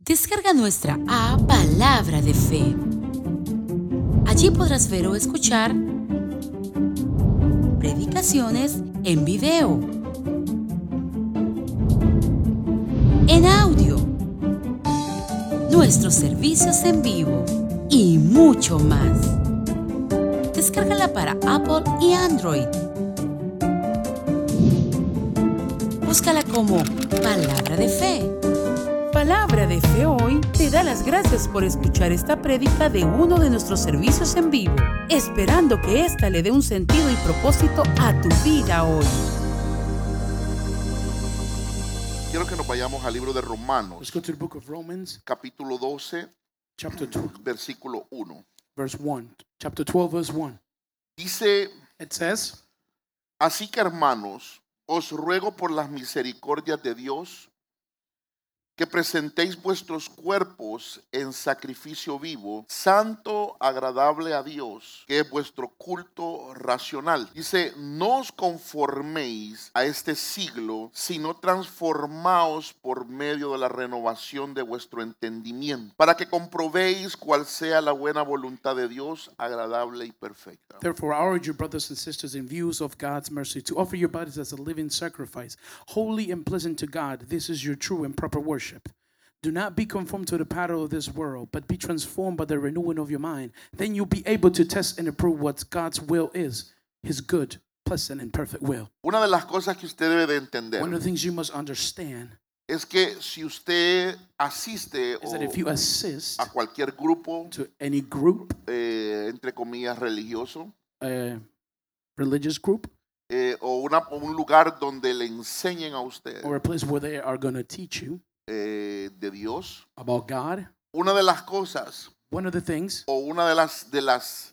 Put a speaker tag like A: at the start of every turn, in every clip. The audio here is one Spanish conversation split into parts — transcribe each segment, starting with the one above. A: Descarga nuestra A Palabra de Fe. Allí podrás ver o escuchar predicaciones en video, en audio, nuestros servicios en vivo y mucho más. Descárgala para Apple y Android. Búscala como Palabra de Fe.
B: Palabra de Fe hoy te da las gracias por escuchar esta prédica de uno de nuestros servicios en vivo, esperando que ésta le dé un sentido y propósito a tu vida hoy.
C: Quiero que nos vayamos al libro de Romanos,
D: Let's go to the book of Romans,
C: capítulo 12,
D: chapter 2,
C: versículo 1.
D: verse 1. Chapter 12, verse 1.
C: Dice,
D: It says,
C: así que hermanos, os ruego por las misericordias de Dios que presentéis vuestros cuerpos en sacrificio vivo, santo, agradable a Dios, que es vuestro culto racional. Dice, no os conforméis a este siglo, sino transformaos por medio de la renovación de vuestro entendimiento, para que comprobéis cuál sea la buena voluntad de Dios, agradable y perfecta.
D: Therefore, I urge you, brothers and sisters, in views of God's mercy, to offer your bodies as a living sacrifice, holy and pleasant to God. This is your true and proper worship. Do not be conformed to the pattern of this world, but be transformed by the renewing of your mind. Then you'll be able to test and approve what God's will is, his good, pleasant, and perfect will.
C: Una de las cosas que usted debe de entender
D: One of the things you must understand
C: es que si usted asiste
D: is
C: o-
D: that if you assist
C: a cualquier grupo,
D: to any group,
C: eh, entre comillas, religioso,
D: uh, religious group,
C: eh, o, una, o un lugar donde le enseñen a usted
D: or a place where they are going to teach you
C: eh, de Dios,
D: about God,
C: una de las cosas,
D: one of the things,
C: o una de las, de las,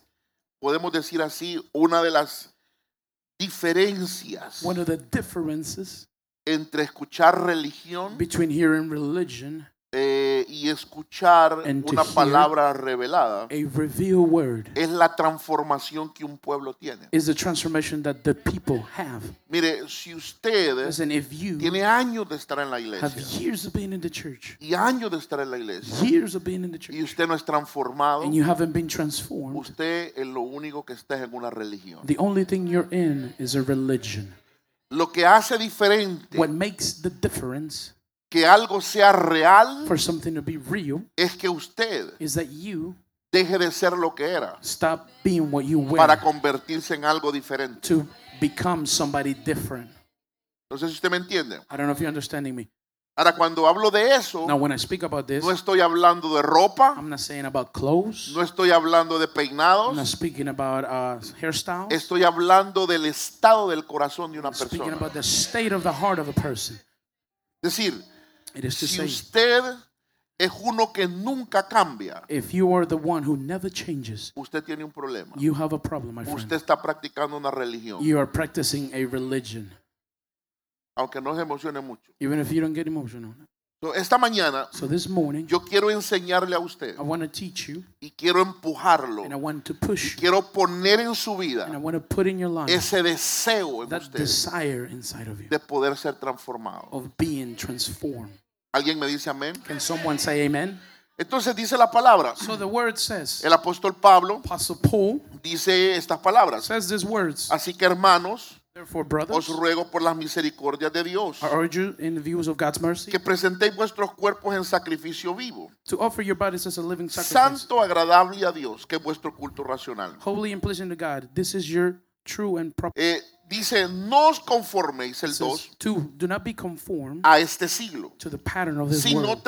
C: podemos decir así, una de las diferencias
D: one of the differences
C: entre escuchar religión
D: between hearing religion,
C: eh, y escuchar
D: And to
C: una
D: hear-
C: palabra revelada
D: a revealed word,
C: es la transformación que un pueblo tiene.
D: is the transformation that the people have.
C: Mire, si ustedes
D: Listen, if you
C: tiene años de estar en la
D: have
C: iglesia
D: years of being in the church,
C: y años de estar en la iglesia
D: years of being in the
C: y
D: church,
C: usted no es transformado,
D: and you haven't been transformed,
C: usted es lo único que está es en una religión.
D: the only thing you're in is a religion.
C: Lo que hace diferente
D: What makes the difference
C: que algo sea real
D: for something to be real
C: es que usted
D: is that you
C: deje de ser lo que era
D: stop being what you were
C: para convertirse en algo diferente.
D: to become somebody different.
C: No sé si usted me entiende.
D: I don't know if you're understanding me.
C: Ahora, cuando hablo de eso,
D: Now, when I speak about this,
C: no estoy hablando de ropa,
D: I'm not saying about clothes.
C: no estoy hablando de
D: I'm not
C: peinados,
D: speaking about uh, hairstyles.
C: estoy hablando del estado del corazón de una
D: I'm speaking
C: persona.
D: about the state of the heart of a person.
C: Es decir,
D: It is to
C: si
D: say,
C: usted es uno que nunca cambia,
D: if you are the one who never changes,
C: usted tiene un problema.
D: you have a problem, my friend.
C: Usted está practicando una religión.
D: You are practicing a religion,
C: Aunque no se emocione mucho.
D: even if you don't get emotional.
C: So, Esta mañana
D: So this morning,
C: yo quiero enseñarle a usted
D: I want to teach you,
C: y quiero empujarlo.
D: and I want to push you,
C: Quiero poner en su
D: and I
C: vida
D: want to put in your life
C: ese deseo en
D: that
C: usted
D: desire Oh. inside of you
C: de poder ser transformado.
D: of being transformed.
C: ¿Alguien me dice amén?
D: Can someone say amen?
C: Entonces dice la palabra.
D: So the word says,
C: El apóstol Pablo
D: Apostle Paul
C: dice estas palabras.
D: says these words.
C: Así que hermanos,
D: Therefore,
C: os
D: brothers,
C: ruego por las misericordias de Dios.
D: I urge you, in the views of God's mercy,
C: que presentéis vuestros cuerpos en sacrificio vivo,
D: to offer your bodies as a living sacrifice,
C: santo, agradable a Dios, que es vuestro culto racional.
D: holy and pleasing to God. This is your true and proper.
C: Eh, dice, no os conforméis el
D: It says,
C: 2
D: Two, do not be conformed
C: a este siglo,
D: to the pattern of this
C: sino
D: world,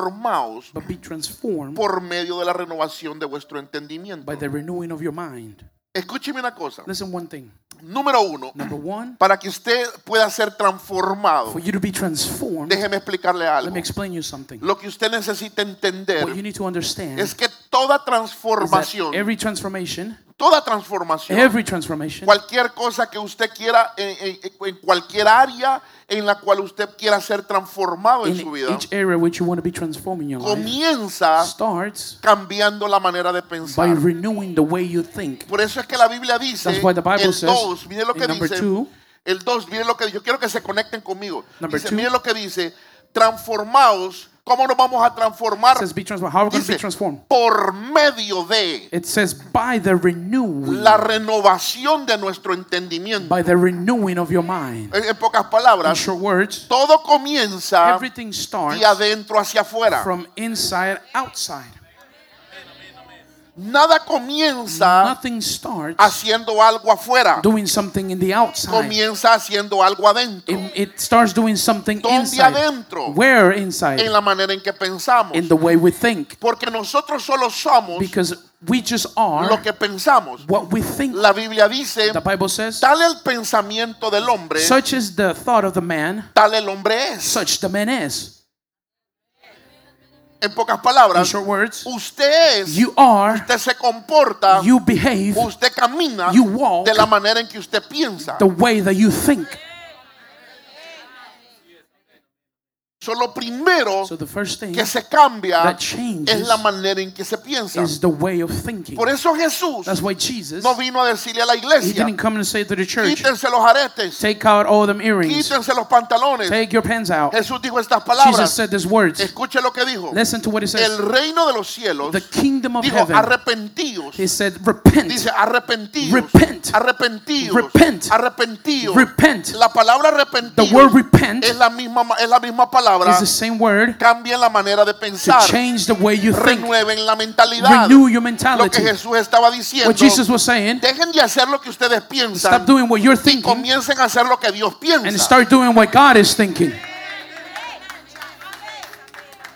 C: transformaos
D: but be transformed
C: por medio de la renovación de vuestro
D: by
C: entendimiento.
D: the renewing of your mind.
C: Escúcheme una cosa.
D: Listen, one thing.
C: Número uno,
D: Number one,
C: para que usted pueda ser transformado,
D: for you to be transformed,
C: déjeme explicarle
D: let
C: algo.
D: me explain you something.
C: Lo que usted necesita
D: What you
C: entender
D: need to understand
C: es
D: is
C: que toda
D: that
C: transformación,
D: every transformation,
C: toda transformación
D: every transformation,
C: cualquier cosa que usted quiera en, en- en cualquier área en la cual usted quiera ser transformado en
D: in
C: su vida
D: each area which you want to be transforming your life,
C: comienza
D: starts
C: cambiando la manera de
D: by
C: pensar.
D: renewing the way you think.
C: Por eso es que la Biblia dice
D: That's why the Bible
C: el
D: says
C: 2, mire lo
D: in
C: que
D: number
C: dice.
D: two-
C: el 2, mire lo que yo quiero que se conecten conmigo.
D: Number
C: Dice,
D: two-
C: mire lo que dice, transformaos ¿Cómo nos vamos a transformar?
D: It says, Be transformed. How are we going to
C: Dice,
D: be transformed?
C: por medio de
D: It says, By the renewing.
C: la renovación de nuestro entendimiento.
D: By the renewing of your mind.
C: En, en pocas
D: In
C: palabras,
D: short words,
C: todo comienza
D: everything
C: de
D: starts
C: adentro hacia afuera.
D: from inside outside.
C: Nada comienza
D: Nothing starts
C: haciendo algo afuera.
D: doing something in the outside.
C: Comienza haciendo algo adentro.
D: It, it starts doing something
C: ¿Dónde
D: inside.
C: adentro?
D: Where inside?
C: En la manera en que pensamos.
D: in the way we think.
C: Porque nosotros solo somos
D: Because we just are
C: lo que pensamos.
D: what we think.
C: La Biblia dice,
D: The Bible says,
C: tal el pensamiento del hombre,
D: such is the thought of the man,
C: tal el hombre es.
D: such the man is.
C: En pocas
D: In
C: palabras,
D: short words,
C: usted es,
D: you are,
C: usted se comporta,
D: you behave
C: usted camina
D: you walk
C: de la manera en que usted piensa.
D: the way that you think.
C: Solo primero
D: So the first thing
C: que se cambia
D: that changes
C: es la manera en que se piensa.
D: is the way of thinking.
C: Por eso Jesús
D: That's why Jesus,
C: no vino a decirle a la
D: he
C: iglesia,
D: didn't come and say to the church,
C: quítense los aretes,
D: take out all them earrings,
C: quítense los pantalones.
D: take your pants out.
C: Jesús dijo estas
D: Jesus
C: palabras.
D: said these words.
C: Escuche lo que dijo.
D: Listen to what he
C: El
D: says.
C: reino de los cielos
D: The kingdom of
C: dijo
D: heaven.
C: arrepentidos.
D: He said, repent.
C: Dice arrepentidos.
D: Repent.
C: Arrepentidos.
D: Repent.
C: Arrepentidos.
D: Repent.
C: La palabra arrepentido
D: The word repent
C: es la misma es la misma palabra.
D: is the same word
C: Cambien la manera de
D: to
C: pensar.
D: change the way you think.
C: Renueven la mentalidad.
D: Renew
C: Lo
D: your
C: que
D: mentality.
C: Jesús estaba diciendo.
D: What Jesus was saying,
C: Dejen de hacer lo que ustedes
D: stop
C: piensan.
D: doing what you're
C: Y
D: thinking
C: comiencen a hacer lo que Dios
D: and
C: piensa.
D: start doing what God is thinking.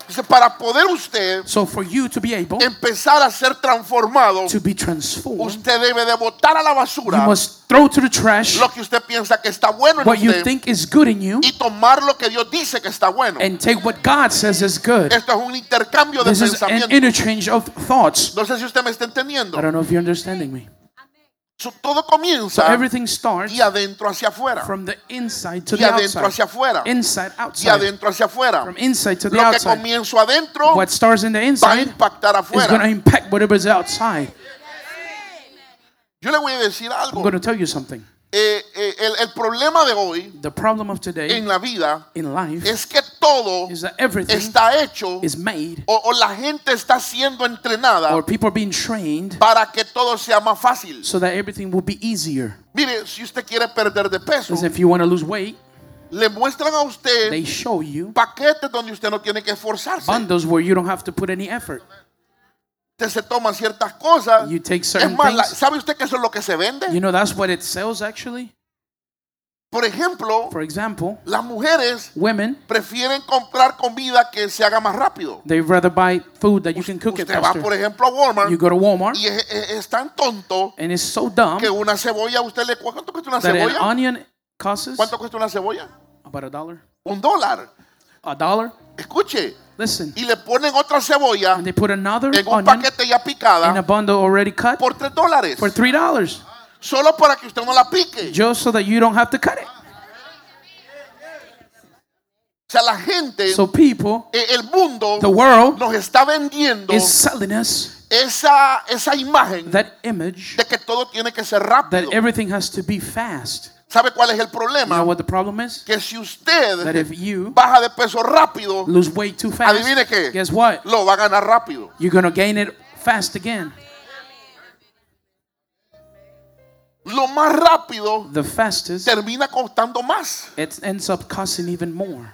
C: Dice, para poder usted
D: So for you to be able
C: empezar a ser transformado,
D: to be transformed,
C: usted debe de botar a la
D: you
C: basura
D: must throw to the trash
C: lo que usted piensa que está bueno en
D: what you
C: usted
D: think is good in you
C: y tomar lo que Dios dice que está bueno.
D: and take what God says is good.
C: Esto es un intercambio de
D: This is an
C: pensamiento.
D: interchange of thoughts.
C: No sé si usted me está entendiendo.
D: I don't know if you're understanding me.
C: So, todo comienza
D: Everything starts
C: y adentro hacia afuera.
D: from the inside to
C: Y
D: the
C: adentro hacia
D: outside.
C: afuera.
D: Inside,
C: Y
D: outside.
C: adentro hacia afuera.
D: From inside to the
C: Lo que
D: outside.
C: comienzo adentro
D: What starts in the
C: va a
D: inside
C: impactar
D: is going to
C: afuera.
D: impact whatever's outside.
C: Yo le voy a decir
D: I'm
C: algo.
D: going to tell you something.
C: Eh, eh, el, el problema de hoy
D: The problem of today
C: en la vida
D: in life
C: es que todo
D: is that everything
C: está hecho
D: is made
C: o, o la gente está siendo entrenada
D: or people are being trained
C: para que todo sea más fácil.
D: so that everything will be easier.
C: Mire, si usted quiere perder de peso,
D: Because if you want to lose weight,
C: le muestran a usted
D: they show you
C: paquetes donde usted no tiene que esforzarse.
D: bundles where you don't have to put any effort.
C: Usted se toma ciertas cosas.
D: You take
C: Es
D: certain
C: más, la-
D: things.
C: ¿sabe usted que eso es lo que se
D: You
C: vende?
D: know, that's what it sells actually.
C: Por ejemplo,
D: For example,
C: las mujeres
D: women,
C: prefieren comprar comida que se haga más rápido.
D: they rather buy food that you can cook it
C: Usted va,
D: faster.
C: por ejemplo, a Walmart
D: You go to Walmart
C: y es, es- es tan tonto
D: and it's so dumb
C: que una cebolla, usted le ¿cuánto cuesta una
D: that an
C: cebolla?
D: onion costs
C: ¿Cuánto cuesta una cebolla?
D: about a dollar.
C: Un dólar.
D: A dollar?
C: Escuche,
D: Listen.
C: y le ponen otra cebolla
D: And they put another
C: en un
D: onion
C: paquete ya
D: in a
C: picada
D: bundle already cut
C: por tres dólares.
D: for three dollars,
C: Solo para que usted no la pique.
D: just so that you don't have to cut it.
C: O sea, la gente,
D: So people,
C: eh, el mundo
D: the world
C: nos está vendiendo
D: is selling us
C: esa, esa imagen
D: that image
C: de que todo tiene que ser
D: that
C: rápido.
D: everything has to be fast.
C: ¿Sabe cuál es el
D: You know
C: problema?
D: what the problem is?
C: Que si usted
D: That if you
C: baja de peso rápido,
D: lose weight too fast,
C: Adivine qué.
D: guess what?
C: lo va a ganar rápido.
D: You're gonna gain it fast again.
C: Lo más rápido
D: The fastest,
C: termina costando más.
D: it ends up costing even more.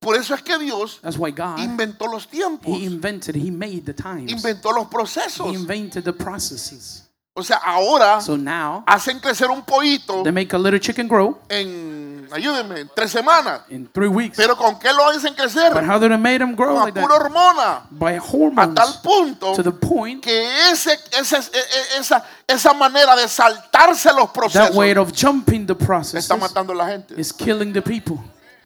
C: Por eso es que Dios
D: That's why God,
C: inventó los tiempos,
D: He invented, He made the times,
C: inventó los
D: He
C: procesos.
D: invented the processes.
C: O sea, ahora
D: So now
C: hacen crecer un pollito
D: they make a little chicken grow
C: en, ayúdenme, en tres semanas.
D: in three weeks.
C: Pero ¿con qué lo hacen crecer?
D: But how did it made them grow
C: Con
D: like
C: pura
D: that?
C: hormona.
D: By
C: A
D: hormones.
C: tal punto
D: To the point
C: que ese, ese- e- e- esa, esa manera de saltarse los
D: that way
C: procesos
D: of jumping the process
C: está matando a la gente.
D: is Eh. killing the people.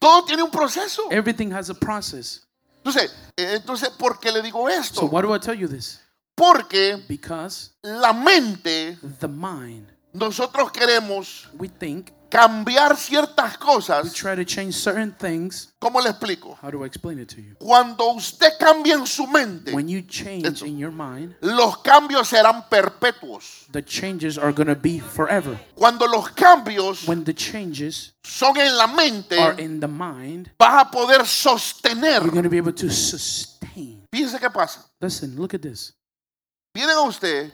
C: Todo tiene un proceso.
D: Everything has a process.
C: Entonces, eh, entonces ¿por qué le digo
D: So
C: esto?
D: why do I tell you this?
C: Porque
D: Because
C: la mente,
D: the mind,
C: nosotros queremos
D: we think
C: cambiar ciertas
D: We
C: cosas.
D: try to change certain things.
C: ¿Cómo le explico?
D: How do I explain it to you?
C: Cuando usted cambie en su mente,
D: When you change
C: Esto.
D: in your mind,
C: los cambios serán perpetuos.
D: the changes are going to be forever.
C: Cuando los cambios
D: When the changes
C: son en la
D: are
C: mente,
D: in the mind,
C: vas a poder sostener.
D: you're going to be able to sustain.
C: Fíjese qué pasa.
D: Listen, look at this.
C: Vienen a usted,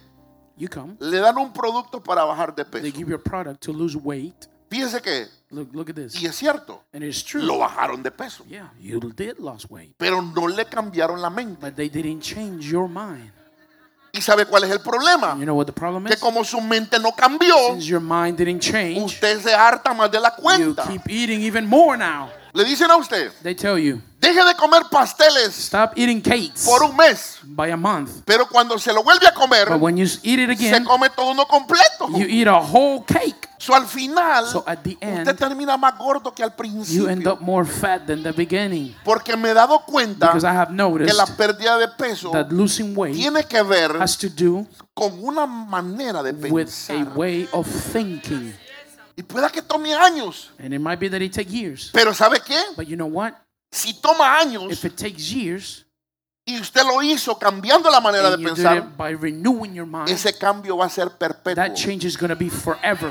D: You come,
C: le dan un producto para bajar de
D: they
C: peso.
D: give you a product to lose weight.
C: Fíjese que,
D: Look, look at this.
C: y es cierto,
D: And it's true.
C: lo bajaron de peso,
D: Yeah, you did lose weight,
C: pero no le cambiaron la mente.
D: but they didn't change your mind.
C: ¿Y sabe cuál es el problema?
D: You know what the problem
C: Que
D: is?
C: como su mente no cambió,
D: Since your mind didn't change,
C: usted se harta más de la
D: you
C: cuenta.
D: keep eating even more now.
C: Le dicen a usted,
D: They tell you,
C: deje de comer pasteles
D: stop eating cakes
C: por un mes,
D: by a month.
C: pero cuando se lo vuelve a comer,
D: But when you s- eat it
C: se
D: again,
C: come todo uno completo.
D: you eat a whole cake.
C: So al final,
D: So at the end,
C: usted termina más gordo que al
D: You end
C: principio.
D: up more fat than the beginning.
C: Porque me he dado cuenta
D: Because I have
C: que
D: noticed
C: la pérdida de peso
D: that losing weight
C: tiene que ver
D: has to do
C: con una manera de
D: with a
C: pensar.
D: way of thinking.
C: Y pueda que tome años.
D: And it might be that it takes years.
C: Pero ¿sabe qué?
D: But you know what?
C: Si toma años
D: If it takes years,
C: y usted lo hizo cambiando la manera de
D: and you do
C: pensar,
D: it by renewing your mind,
C: ese cambio va a ser perpetuo.
D: that change is going to be forever.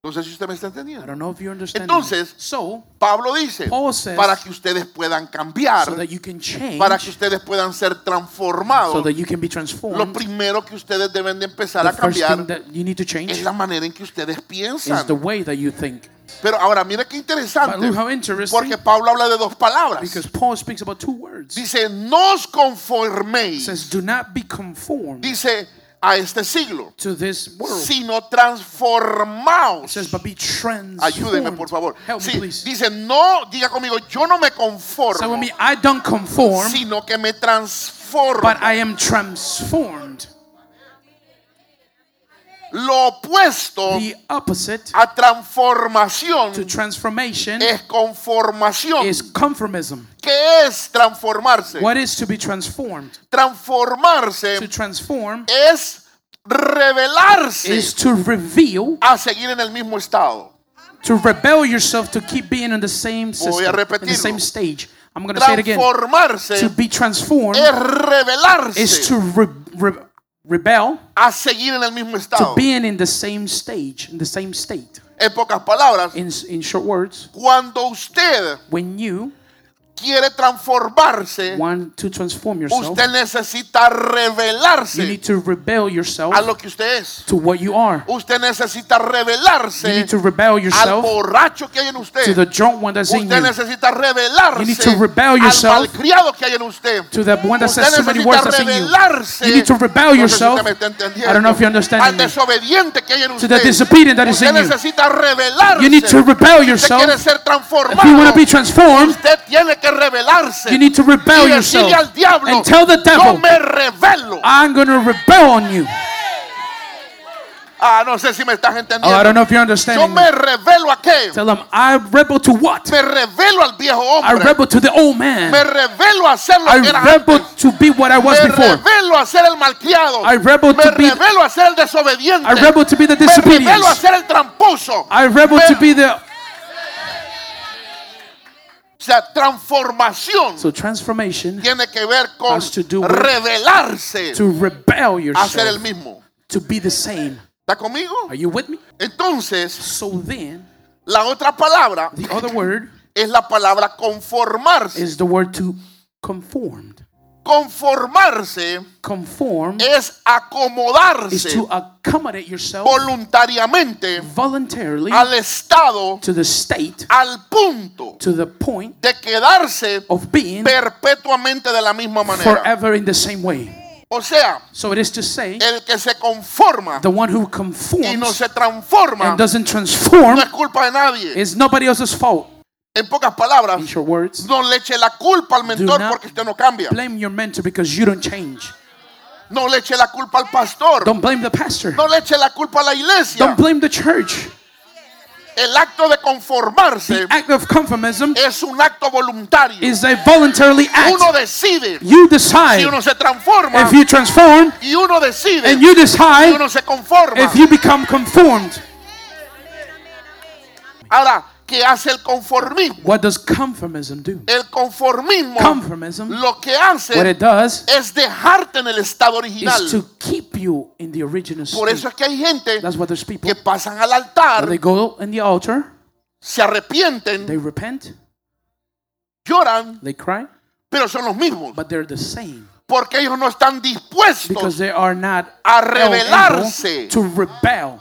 C: No sé si usted me está
D: I
C: entendiendo.
D: don't know if you understand.
C: Entonces,
D: so,
C: Pablo dice,
D: Paul says-
C: para que ustedes puedan cambiar,
D: so that you can change,
C: para que ustedes puedan ser transformados,
D: so that you can be
C: lo
D: transformed,
C: primero que ustedes deben de empezar
D: the
C: a
D: first thing
C: cambiar
D: that you need to
C: es
D: change
C: la manera en que ustedes
D: is
C: piensan.
D: the way that you think.
C: Pero ahora mira qué
D: But
C: interesante,
D: look how interesting,
C: porque Pablo habla de dos
D: because
C: palabras.
D: Paul speaks about two words.
C: Dice, no os conforméis,
D: says, Do not be conformed
C: dice, a este siglo,
D: to this world.
C: sino transformaos.
D: says, But be transformed.
C: Ayúdenme, por favor.
D: Help
C: Sí,
D: me, please.
C: dice, no, diga conmigo, yo no me
D: so with
C: conformo,
D: me, I don't conform,
C: sino que me transformo.
D: but I am transformed.
C: Lo opuesto
D: The opposite
C: a
D: to
C: transformación
D: transformation
C: Ah. es conformación.
D: is conformism.
C: ¿Qué es transformarse?
D: What is to be transformed? To
C: Transformarse
D: transform
C: es revelarse
D: is to reveal,
C: a seguir en el mismo estado.
D: to rebel yourself to keep being in the same system, in the
C: repetirlo.
D: same stage. I'm going to say it again. To
C: Transformarse
D: be transformed
C: es
D: is
C: revelarse
D: to re- re- rebel
C: a seguir en el mismo
D: to
C: estado.
D: being in the same stage, in the same state.
C: En pocas palabras,
D: In, in short words,
C: cuando usted
D: when you
C: quiere transformarse,
D: want to transform yourself,
C: Eh. usted necesita
D: you
C: revelarse
D: need to rebel yourself
C: a lo que usted es.
D: to what you are.
C: Usted necesita
D: You
C: revelarse
D: need to rebel
C: al
D: yourself
C: borracho que hay en
D: to the
C: usted.
D: drunk one that's in
C: Usted
D: you,
C: necesita
D: You need
C: revelarse
D: to rebel
C: al
D: yourself
C: malcriado que hay en usted.
D: to that one that
C: Usted
D: says so many
C: necesita
D: words that's in
C: revelarse.
D: you. You need to rebel
C: No sé si
D: yourself.
C: usted me está entendiendo.
D: I don't know if you
C: Al
D: understand me.
C: desobediente que hay en usted.
D: the disobedient that is
C: usted
D: in you.
C: necesita revelarse.
D: You need to rebel
C: Usted
D: yourself.
C: quiere ser transformado.
D: If you want to be transformed,
C: usted tiene que revelarse.
D: you need to
C: y
D: rebel
C: decirle
D: yourself
C: al diablo,
D: and tell the
C: yo
D: devil, Ah.
C: me revelo.
D: I'm going to rebel on you.
C: Ah, no sé si me estás
D: Oh, I don't
C: entendiendo.
D: know if you're
C: yo
D: understanding. me.
C: me revelo a qué.
D: Tell them, I rebel to what?
C: Me revelo al viejo
D: I
C: hombre.
D: rebel to the old man.
C: Me revelo a ser lo que era
D: I rebel
C: antes.
D: to be what I was
C: Me
D: before.
C: revelo a ser el malcriado.
D: I rebel
C: me
D: to be-
C: revelo a ser el desobediente.
D: I rebel to be the
C: Me revelo a
D: disobedience.
C: ser el tramposo.
D: I rebel
C: Me-
D: to be the.
C: O sea, transformación
D: So transformation
C: tiene que ver con
D: has to do with-
C: revelarse
D: to rebel
C: a ser el
D: yourself
C: mismo.
D: to be the same.
C: ¿Está conmigo?
D: Are you with me?
C: Entonces,
D: So then,
C: la otra palabra
D: the other word
C: es la palabra conformarse.
D: is the word to conformed.
C: Conformarse
D: Conform
C: es
D: is
C: acomodarse
D: to accommodate yourself
C: voluntariamente
D: voluntarily
C: al estado,
D: to the state,
C: al punto
D: to the point
C: de quedarse
D: of being
C: perpetuamente de la misma manera.
D: forever in the same way.
C: O sea,
D: So it is to say,
C: el que se conforma
D: the one who
C: Eh, y no
D: conforms
C: se transforma
D: and
C: no
D: doesn't transform
C: es culpa de nadie.
D: is nobody else's fault.
C: En pocas palabras,
D: In your words,
C: no le eche la culpa al mentor
D: not
C: porque usted no cambia.
D: blame your mentor because you don't change.
C: No le eche la culpa al pastor.
D: Don't blame the pastor.
C: No le eche la culpa a la iglesia.
D: Don't blame the church.
C: El acto de conformarse
D: The act of conformism
C: es un acto voluntario.
D: is a voluntarily act.
C: Uno decide
D: You
C: si
D: decide
C: uno se transforma
D: if you transform,
C: y uno decide
D: and you
C: si
D: decide
C: uno se conforma.
D: if you become conformed.
C: Ahora, ¿qué hace el conformismo?
D: What does conformism do?
C: El conformismo
D: Conformism,
C: lo que
D: what
C: hace
D: it does
C: es dejarte en el estado
D: is
C: original.
D: to keep you in the original
C: Por eso
D: state.
C: es que hay gente
D: That's what there's people.
C: que pasan al
D: When they
C: altar,
D: go in the altar,
C: se arrepienten,
D: they repent,
C: lloran,
D: they cry,
C: pero son los mismos.
D: but they're the same
C: Porque ellos no están
D: because
C: dispuestos
D: they are not
C: A
D: able
C: rebelarse.
D: to rebel.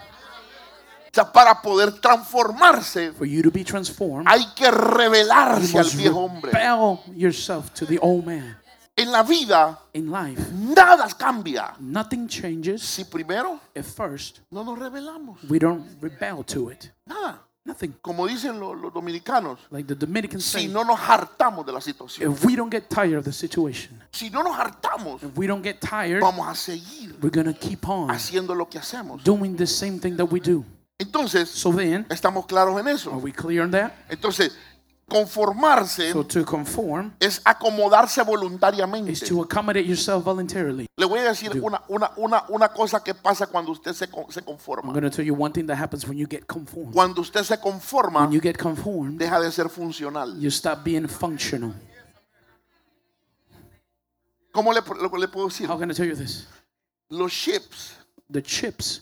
C: ya para poder transformarse.
D: For you to be transformed,
C: Hay que
D: you
C: revelarse al
D: must
C: viejo hombre.
D: rebel yourself to the old man.
C: En la vida
D: In life,
C: nada cambia.
D: nothing changes
C: Si primero
D: if first
C: no nos revelamos,
D: we don't rebel to it.
C: nada.
D: Nothing.
C: Como dicen lo- los, dominicanos,
D: Like the Dominicans
C: si
D: say,
C: no nos hartamos de la situación,
D: if we don't get tired of the situation,
C: si no nos hartamos,
D: if we don't get tired,
C: vamos a seguir
D: we're gonna keep on
C: haciendo lo que hacemos.
D: doing the same thing that we do.
C: Entonces,
D: So then,
C: estamos claros en
D: are
C: eso.
D: we clear on that?
C: Entonces, conformarse
D: So to conform
C: es acomodarse
D: is
C: voluntariamente.
D: to accommodate yourself voluntarily.
C: Le voy a decir una, una, una, una cosa que pasa cuando usted se, con- se
D: I'm
C: conforma.
D: gonna tell you one thing that happens when you get conformed.
C: Cuando usted se conforma,
D: When you get conformed,
C: deja de ser funcional.
D: you stop being functional.
C: ¿Cómo le, lo- le puedo decir?
D: How can I tell you this?
C: Los chips
D: The chips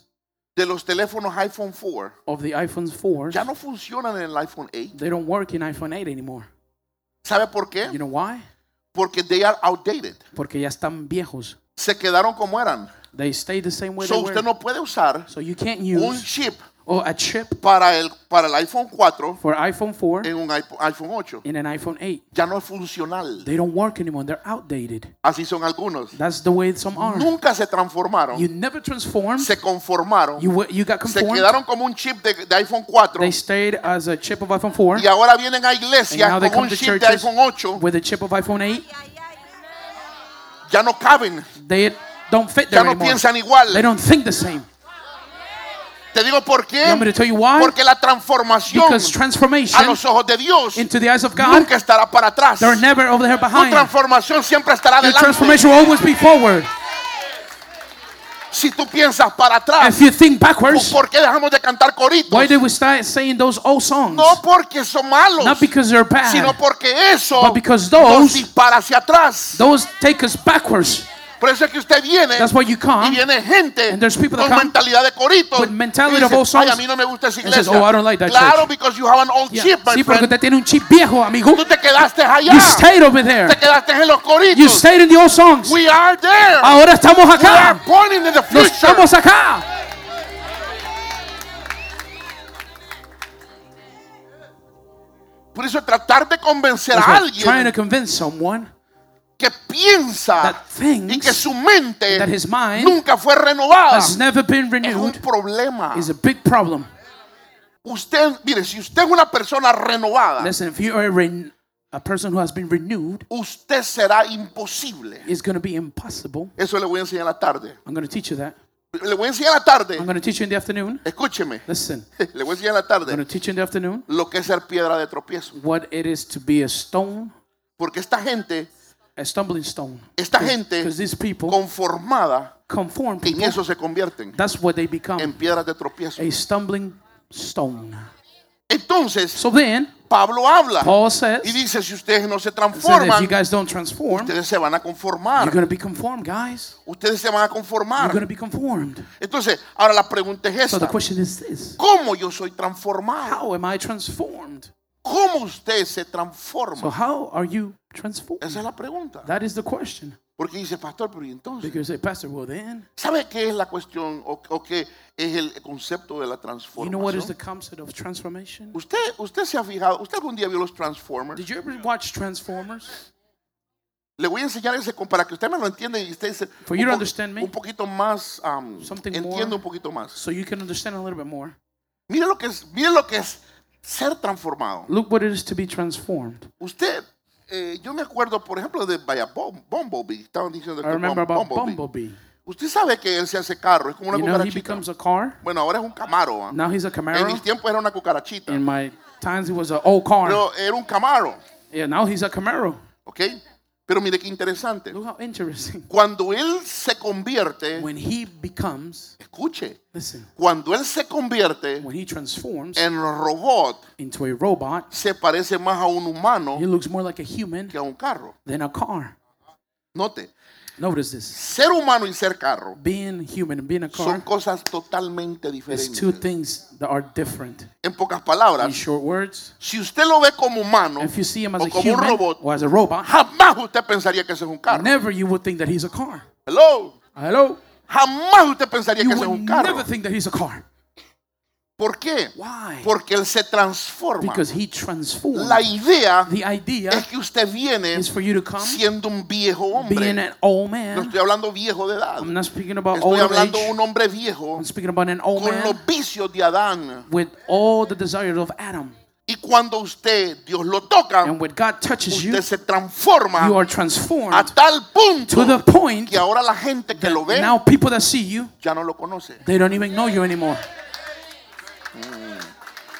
C: de los teléfonos iPhone 4
D: of the iPhone 4
C: ya no funcionan en el iPhone 8.
D: they don't work in iPhone 8 anymore.
C: ¿Sabe por qué?
D: You know why?
C: Porque they are outdated.
D: Porque ya están viejos.
C: Se quedaron como eran.
D: They stay the same way
C: So
D: they were.
C: usted no puede usar
D: so you can't
C: un
D: use
C: chip
D: or a chip
C: para el, para el iPhone 4
D: for iPhone 4
C: en un iPo- iPhone 8.
D: in an iPhone 8.
C: Ya no es funcional.
D: They don't work anymore. They're outdated.
C: Así son algunos.
D: That's the way some are.
C: Nunca se transformaron.
D: You never transform.
C: se conformaron.
D: You wa- you got
C: se
D: conformed.
C: quedaron como un chip de, de iPhone 4
D: They stayed as a chip of iPhone 4.
C: y ahora vienen a
D: And
C: iglesias
D: now they
C: con un
D: come to
C: chip de
D: churches
C: iPhone 8.
D: with a chip of iPhone 8.
C: Ya no caben,
D: They don't fit
C: ya
D: there
C: no
D: anymore.
C: piensan igual.
D: They don't think the same.
C: Te digo por qué.
D: You want me to tell you why?
C: Porque la transformación
D: Because
C: a
D: transformation
C: los ojos de Dios
D: into the eyes of God,
C: nunca estará para atrás.
D: they're never over there
C: Tu
D: behind.
C: transformación siempre estará
D: Your
C: adelante.
D: transformation will always be forward.
C: Si tú piensas para atrás,
D: If you think backwards,
C: ¿por qué dejamos de cantar coritos?
D: why did we start saying those old songs?
C: No porque son malos,
D: Not because they're
C: sino
D: bad,
C: porque eso
D: but because
C: nos
D: those
C: dispara hacia atrás.
D: those take us backwards.
C: Por eso es que usted viene
D: That's why
C: Eh,
D: you
C: y
D: come
C: viene gente
D: And there's people that
C: con
D: come
C: mentalidad de corito.
D: with mentality
C: y dice,
D: of
C: Ay,
D: old songs
C: a mí no me gusta esa
D: and says,
C: iglesia.
D: "Oh, I don't like that
C: claro,
D: church."
C: because you have an old
D: Yeah.
C: chip, my
D: Sí, porque
C: friend.
D: usted tiene un chip viejo, amigo.
C: Tú te quedaste allá.
D: You stayed over there.
C: Te quedaste en los coritos.
D: You stayed in the old songs.
C: We are there.
D: Ahora estamos
C: We are
D: acá.
C: pointing in the
D: No
C: future.
D: estamos acá.
C: Por eso tratar de convencer
D: That's
C: a
D: why trying to
C: alguien
D: convince someone
C: que piensa
D: that
C: y que
D: thinks
C: su mente
D: that his mind
C: nunca fue renovada
D: has never been
C: es un
D: renewed
C: problema.
D: is a big problem.
C: Usted, mire, si usted es una persona renovada,
D: Listen, if you are a, ren- a person who has been renewed,
C: usted será imposible.
D: it's going to be impossible.
C: Eso le voy a enseñar en la tarde.
D: I'm going to teach you that.
C: Le voy a enseñar en la tarde.
D: I'm going to teach you in the afternoon.
C: Escúcheme.
D: Listen,
C: Le voy a enseñar en la
D: I'm
C: tarde
D: going to teach you in the afternoon
C: lo que es ser piedra de tropiezo.
D: what it is to be a stone,
C: Porque esta gente,
D: a stumbling stone.
C: esta gente
D: Because these people
C: conformada,
D: conform
C: en
D: people.
C: eso se convierten.
D: That's what they become.
C: En piedras de tropiezo.
D: A stumbling stone.
C: Entonces,
D: So then,
C: Pablo habla
D: Paul says,
C: y dice, si ustedes no se
D: said, if you
C: transforman,
D: guys don't transform,
C: ustedes se van a
D: you're
C: conformar.
D: going to be conformed, guys.
C: Ustedes se van a
D: You're going
C: conformar.
D: to be conformed.
C: Entonces, ahora la pregunta es
D: So the
C: esta.
D: question is this
C: ¿Cómo yo soy transformado?
D: How am I transformed?
C: ¿Cómo usted se
D: So,
C: transforma?
D: how are you transformed?
C: Esa es la pregunta.
D: That is the question.
C: Porque dice, pastor, pero ¿y entonces?
D: Because, hey, Pastor, well, then,
C: ¿Sabe qué es la cuestión o, o qué es el concepto de la
D: you know what is the
C: transformación?
D: concept of transformation?
C: Usted, usted se ha fijado, usted algún día vio los Transformers.
D: Did you ever watch Transformers?
C: Le voy a enseñar ese con- para que usted me lo entienda y usted se,
D: For you to
C: un, po-
D: understand me.
C: un poquito más, um,
D: Something more.
C: entienda un poquito más.
D: So you can understand a little bit more.
C: Mire lo que es, mire lo que es ser transformado.
D: Look what it is to be transformed.
C: Usted, eh, yo me acuerdo, por ejemplo, de Vaya Bum- Bumblebee. Estaban diciendo
D: I
C: que
D: remember
C: Bum-
D: about Bumblebee.
C: Usted sabe que él se hace carro, es como una
D: You know, he
C: cucarachita.
D: becomes a car.
C: Bueno, ahora es un Camaro. ¿ah?
D: Now he's a
C: En mis
D: Camaro.
C: tiempos era una cucarachita,
D: In my times, he was an old car.
C: pero era un Camaro,
D: Yeah, now he's a Camaro.
C: ¿ok? Pero mire qué interesante.
D: Look how interesting.
C: Cuando él se convierte,
D: When he becomes,
C: escuche,
D: listen,
C: cuando él se convierte
D: when he transforms
C: en robot,
D: into a robot,
C: se parece más a un humano
D: he looks more like a human
C: que a un carro.
D: than a car.
C: Note,
D: Notice this.
C: ser humano y ser carro
D: Being human and being a
C: son
D: car
C: cosas totalmente
D: is two
C: diferentes.
D: things that are different.
C: En pocas
D: In
C: palabras,
D: short words,
C: si usted lo ve como humano
D: if you see him as
C: o
D: a
C: como un
D: human
C: robot,
D: or as a robot,
C: jamás usted pensaría que ese es un carro.
D: never you would think that he's a car.
C: Hello.
D: Hello?
C: Jamás usted pensaría que
D: You
C: ese es
D: would
C: un carro.
D: never think that he's a car.
C: ¿Por qué?
D: Why?
C: Porque él se transforma.
D: Because he transformed.
C: La idea
D: The idea
C: es que usted viene
D: is for you to come
C: siendo un viejo
D: being
C: hombre.
D: an
C: No
D: old man.
C: estoy hablando viejo de edad.
D: I'm not speaking about
C: Estoy
D: old age.
C: hablando de un hombre viejo
D: I'm speaking about an old
C: con
D: man
C: los vicios de Adán.
D: with all the desires of Adam.
C: Y cuando usted, Dios lo toca,
D: And when God touches you,
C: Ah. usted se
D: you
C: transforma
D: are
C: a
D: transformed
C: tal punto
D: to the point
C: que ahora la gente que lo ve
D: now people that see you,
C: ya no lo conoce.
D: they don't even know you anymore.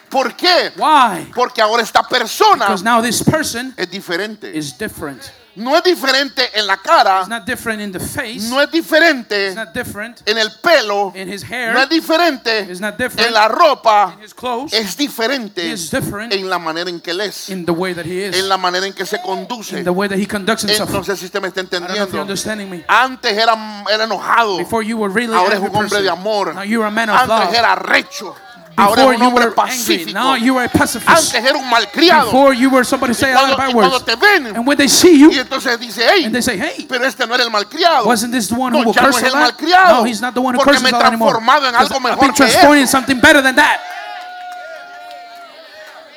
C: ¿Por qué?
D: Why?
C: Porque ahora esta persona
D: Because now this person
C: es diferente.
D: is different.
C: No es diferente en la cara,
D: It's not different in the face.
C: no es diferente
D: It's not different
C: en el pelo,
D: in his
C: no
D: hair.
C: es diferente
D: It's not
C: en
D: different
C: la ropa,
D: in his clothes.
C: es
D: He
C: diferente
D: is different
C: en la manera en que él es,
D: in the way that he
C: en
D: is,
C: la manera en que se conduce.
D: in the way that he conducts himself.
C: Entonces, si usted me está
D: I don't know if you're
C: entendiendo,
D: understanding me.
C: antes era, era enojado,
D: Before you were really
C: ahora es
D: angry
C: un hombre
D: person.
C: de amor,
D: Now you're a man of
C: antes
D: love.
C: era recho, ahora
D: Before
C: es un
D: you
C: hombre
D: were angry,
C: pacífico,
D: now you are a
C: antes
D: pacifist.
C: era un malcriado.
D: Before you were somebody who
C: Y
D: say a
C: cuando,
D: lot of bad
C: y cuando
D: words.
C: te ven,
D: And when they see
C: y
D: you,
C: entonces dice, hey,
D: and they say, hey,
C: pero este no era el malcriado.
D: wasn't this the one
C: No,
D: who will
C: ya no
D: curse
C: es
D: a
C: el
D: lot?
C: malcriado.
D: No, he's not the one who
C: Porque
D: curses
C: me
D: a
C: he
D: lot anymore.
C: transformado en algo
D: 'Cause I've
C: mejor
D: been
C: que
D: transformed in
C: eso.
D: something better than that.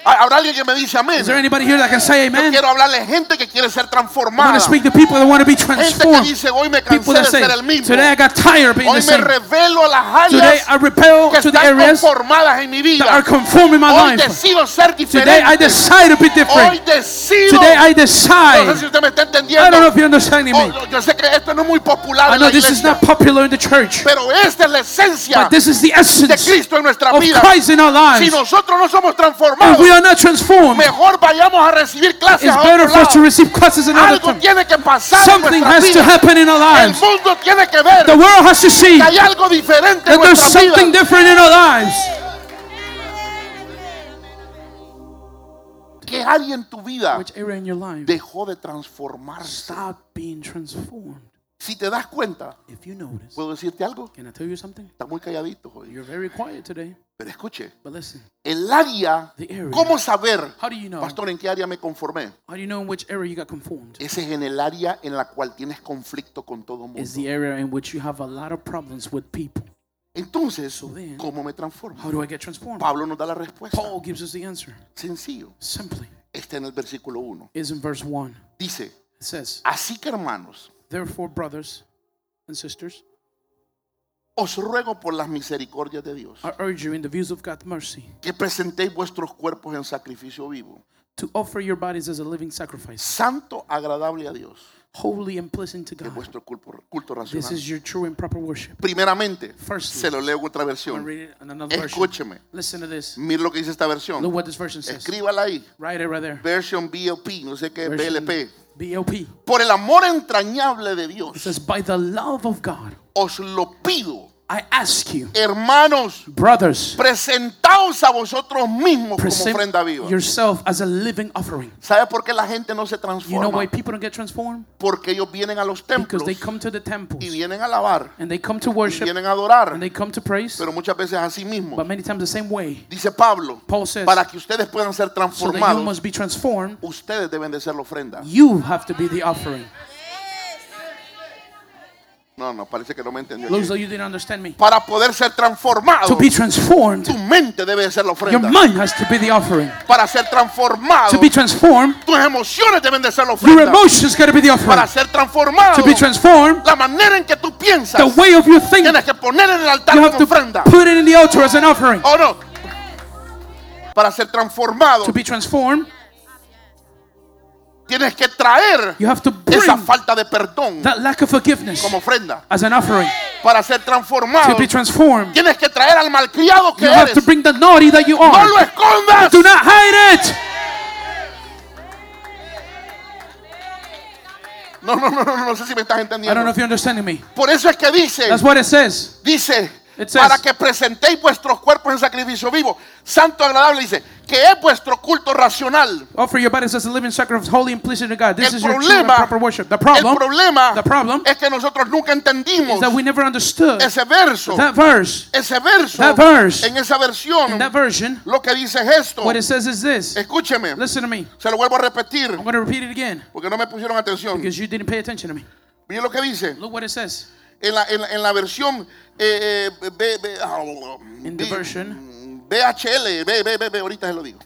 C: Habrá alguien que me dice amén.
D: Is there anybody here that can say
C: Yo
D: amen?
C: quiero hablarle a gente que quiere ser
D: I want
C: transformada.
D: to speak to people that want to be
C: Gente que
D: transformed.
C: dice, hoy me cansé
D: People
C: de
D: that say,
C: ser el mismo.
D: today I got tired of being the
C: Hoy me
D: same.
C: revelo a las
D: Today I
C: áreas
D: repel
C: que
D: to the
C: están
D: areas
C: conformadas en mi vida.
D: that are conforming my
C: Hoy
D: life.
C: decido ser
D: Today I
C: diferente.
D: decide to
C: Hoy
D: be different.
C: decido.
D: Today I
C: No sé si
D: decide.
C: usted me está
D: I don't know
C: entendiendo.
D: if you're understanding
C: Oh,
D: me.
C: yo- yo sé que esto no es muy popular
D: I
C: en la
D: know this is
C: iglesia,
D: not popular in the church,
C: pero esta es la esencia
D: but this is the
C: de
D: essence
C: Cristo en nuestra
D: of
C: vida.
D: Christ in our
C: Si
D: lives.
C: nosotros no somos
D: If
C: transformados,
D: we are not transformed,
C: mejor vayamos a recibir clases
D: it's
C: a
D: better
C: otro
D: for us to
C: lado.
D: receive classes another
C: Algo
D: time.
C: tiene que pasar en
D: Something
C: nuestra
D: has to
C: vida.
D: happen in our
C: El
D: lives.
C: mundo tiene que ver
D: The
C: que
D: world has to see
C: hay
D: that
C: algo diferente en
D: there's
C: nuestra
D: something
C: vida.
D: different in our lives.
C: Que área en tu vida
D: Which area in your life
C: dejó de transformarse.
D: stop being transformed?
C: Si te das cuenta,
D: If you notice,
C: puedo decirte algo.
D: can I tell you something?
C: Está muy calladito hoy.
D: You're very quiet today,
C: Pero escuche,
D: but listen.
C: el área,
D: The area.
C: ¿cómo saber,
D: How do you know?
C: pastor, en qué área me conformé?
D: How do you know in which area you got conformed?
C: Ese es en el área en la cual tienes conflicto con todo
D: Is
C: mundo.
D: the area in which you have a lot of problems with people.
C: Entonces,
D: then-
C: ¿cómo me transformo?
D: How do I get transformed?
C: Pablo nos da la respuesta.
D: Paul gives us the answer.
C: Sencillo.
D: Simply,
C: Está en el versículo 1.
D: is in verse 1.
C: Dice,
D: It says,
C: así que hermanos,
D: Therefore, brothers and sisters,
C: os ruego por las misericordias de Dios
D: I urge you in the views of God's mercy
C: que presentéis vuestros cuerpos en sacrificio vivo,
D: to offer your bodies as a living sacrifice,
C: santo, agradable a Dios,
D: holy and pleasing to
C: que es
D: God.
C: vuestro culto, culto
D: This
C: racional.
D: is your true and proper worship.
C: Primeramente,
D: Firstly,
C: se lo leo en otra
D: I'm going to
C: versión.
D: read it in another
C: Escúcheme,
D: version. Listen to this.
C: mire lo que dice esta versión.
D: Look what this version says.
C: Escríbala ahí.
D: Write it right there.
C: Version BLP, no sé qué,
D: Version
C: BLP.
D: BLP.
C: Por el amor entrañable de
D: It
C: Dios,
D: says, By the love of God,
C: os lo pido,
D: I ask you,
C: hermanos,
D: brothers,
C: presentaos a vosotros mismos como
D: present
C: ofrenda viva.
D: yourself as a living offering.
C: ¿Sabe por qué la gente no se
D: You know why
C: transforma?
D: people don't get transformed?
C: Porque ellos vienen a los templos
D: Because they come to the
C: y
D: temples
C: vienen a alabar,
D: and they come to
C: y
D: worship
C: vienen a adorar,
D: and they come to praise,
C: pero muchas veces así mismo.
D: but many times the same way.
C: Dice Pablo,
D: Paul says,
C: para que ustedes puedan ser
D: So that you
C: transformados,
D: must be transformed,
C: ustedes deben de ser la ofrenda.
D: you have to be the offering.
C: No, no, parece que no me entendió.
D: Looks like you didn't understand me.
C: Para poder ser transformado,
D: To be transformed,
C: tu mente debe de ser la
D: your
C: ofrenda.
D: mind has to be the offering.
C: Para ser transformado,
D: To be transformed,
C: tus emociones deben de ser la
D: your
C: ofrenda.
D: emotions got to be the offering.
C: Para ser transformado,
D: To be transformed,
C: la manera en que tú piensas,
D: the way of your thinking,
C: tienes que poner en el altar
D: you
C: como
D: have to
C: ofrenda.
D: put it in the altar as an offering.
C: ¿O no? Para ser transformado,
D: To be transformed,
C: Tienes que traer
D: You have to bring
C: esa falta de perdón
D: that lack of forgiveness
C: como ofrenda
D: as an offering
C: para ser transformado.
D: to be transformed.
C: Tienes que traer al malcriado que
D: You have
C: eres.
D: to bring the naughty that you
C: No lo
D: are.
C: escondas.
D: Do not hide it.
C: No, no, no, no, no, no sé si me estás
D: I don't know
C: entendiendo.
D: if you're understanding me.
C: Por eso es que dice,
D: That's what it says.
C: dice,
D: It says-
C: para que presentéis vuestros cuerpos en sacrificio vivo, santo agradable, dice, que es vuestro culto racional.
D: Offer your bodies as a living sacrifice, holy and pleasing to God. This
C: el
D: is your true and
C: problema,
D: proper worship. The
C: el
D: problem
C: problema
D: the problem
C: es que nosotros nunca entendimos
D: is that we never understood
C: ese verso.
D: that verse.
C: ese verso,
D: that verse-
C: en esa versión,
D: In that version,
C: lo que dice es esto.
D: what it says is this.
C: Escúcheme,
D: Listen to me.
C: se lo vuelvo a repetir
D: I'm going to repeat it again
C: porque no me pusieron atención.
D: because you didn't pay attention to me.
C: Miren lo que dice
D: Look what it says.
C: en la, en la- en la versión eh, eh, B- B- ah,
D: In the
C: B-
D: version.
C: BHL, Mm, B- B- B- B, ahorita se lo digo.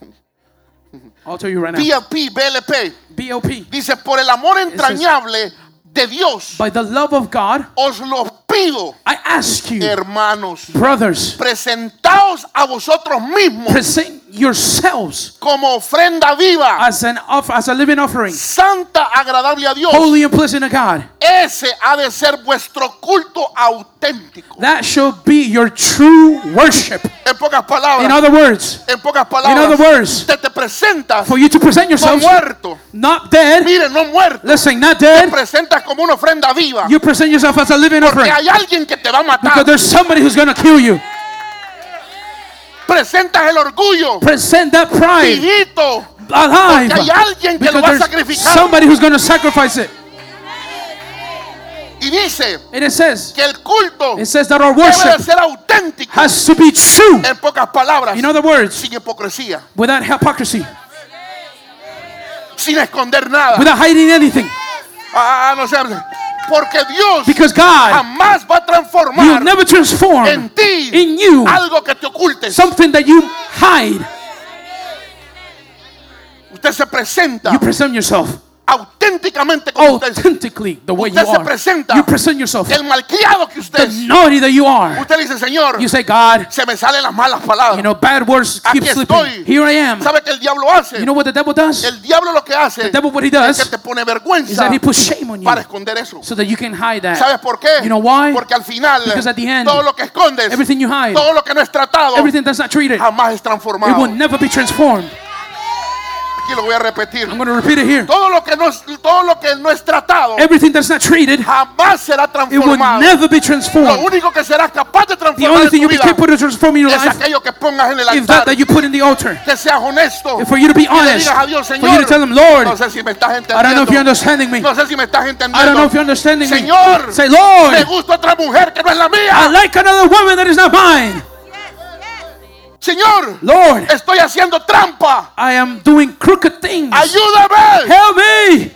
D: I'll tell you right now.
C: PFP, BLP.
D: BOP.
C: Dice, por el amor entrañable de Dios,
D: By the love of God,
C: os lo pido,
D: I ask you,
C: hermanos,
D: brothers,
C: presentaos a vosotros mismos
D: present yourselves
C: como ofrenda viva,
D: as an off- as a living offering,
C: santa, agradable a Dios.
D: holy and pleasing to God.
C: Ese ha de ser vuestro culto auténtico.
D: That shall be your true worship.
C: En pocas
D: In
C: palabras,
D: other words,
C: en pocas
D: other
C: palabras,
D: words,
C: te, te presentas
D: for you to present
C: no
D: yourselves
C: muerto.
D: not dead.
C: Miren, no muerto.
D: Listen, not
C: Te
D: dead.
C: presentas como una ofrenda viva.
D: You present yourself as a living
C: Porque
D: offering
C: hay alguien que te va a
D: because
C: matar.
D: there's somebody who's gonna kill you.
C: Presentas el orgullo.
D: Present that pride
C: Hijito,
D: alive
C: Porque hay alguien que lo va a
D: because there's
C: sacrificar.
D: somebody who's gonna sacrifice it.
C: Y dice
D: And it says,
C: que el culto
D: it says that our
C: debe de
D: worship
C: ser auténtico.
D: has to be true.
C: En pocas palabras,
D: In other words,
C: sin hipocresía,
D: without hypocrisy,
C: sin esconder nada.
D: without hiding anything,
C: Ah, no sé. Porque Dios
D: because God
C: jamás va a
D: will
C: transformar
D: never transform
C: en ti
D: in you
C: algo que te oculte.
D: something that you hide.
C: Usted se presenta
D: You present yourself
C: auténticamente como usted es.
D: authentically the way you
C: Usted se presenta.
D: are. You present yourself
C: El malcriado que usted
D: the
C: es.
D: naughty that you are.
C: Usted le dice, Señor,
D: You say, God,
C: se me salen las malas palabras.
D: you know, bad words
C: Aquí
D: keep
C: estoy.
D: slipping. Here I am.
C: ¿Sabe qué el diablo hace?
D: You know what the devil does?
C: el diablo lo que hace
D: The devil, what he
C: es que
D: does
C: te pone
D: is
C: vergüenza
D: that he puts shame on you
C: para esconder eso.
D: so that you can hide
C: ¿Sabes
D: that.
C: por qué?
D: You know why?
C: Porque al final
D: Because at the end,
C: todo lo que escondes,
D: everything you hide,
C: todo lo que no es tratado,
D: Everything that's not treated, it
C: jamás es transformado.
D: will never be transformed.
C: Aquí lo voy a repetir.
D: I'm going to repeat it here.
C: Todo lo que no es, todo lo que no es tratado,
D: Everything that's not treated, it
C: jamás será
D: will
C: transformado.
D: never be
C: Lo
D: transformed.
C: único que serás capaz de
D: The
C: transformar
D: only
C: en
D: thing
C: tu
D: you'll be
C: vida
D: capable to transform in your
C: es
D: life
C: aquello que pongas en el
D: is that
C: altar.
D: that you put in the altar.
C: Que seas honesto.
D: And for you to be
C: Que le
D: honest,
C: digas a Dios,
D: for
C: Señor,
D: you to tell him, Lord,
C: no sé si me estás
D: I don't know if you're
C: entendiendo.
D: understanding me.
C: No sé si me estás entendiendo.
D: I don't know if you're understanding me.
C: Señor,
D: Say,
C: me
D: Lord,
C: gusta otra mujer que no es la
D: I
C: mía.
D: like another woman that is not mine.
C: Señor,
D: Lord,
C: estoy haciendo trampa.
D: I am doing crooked things.
C: Ayúdame.
D: Help me.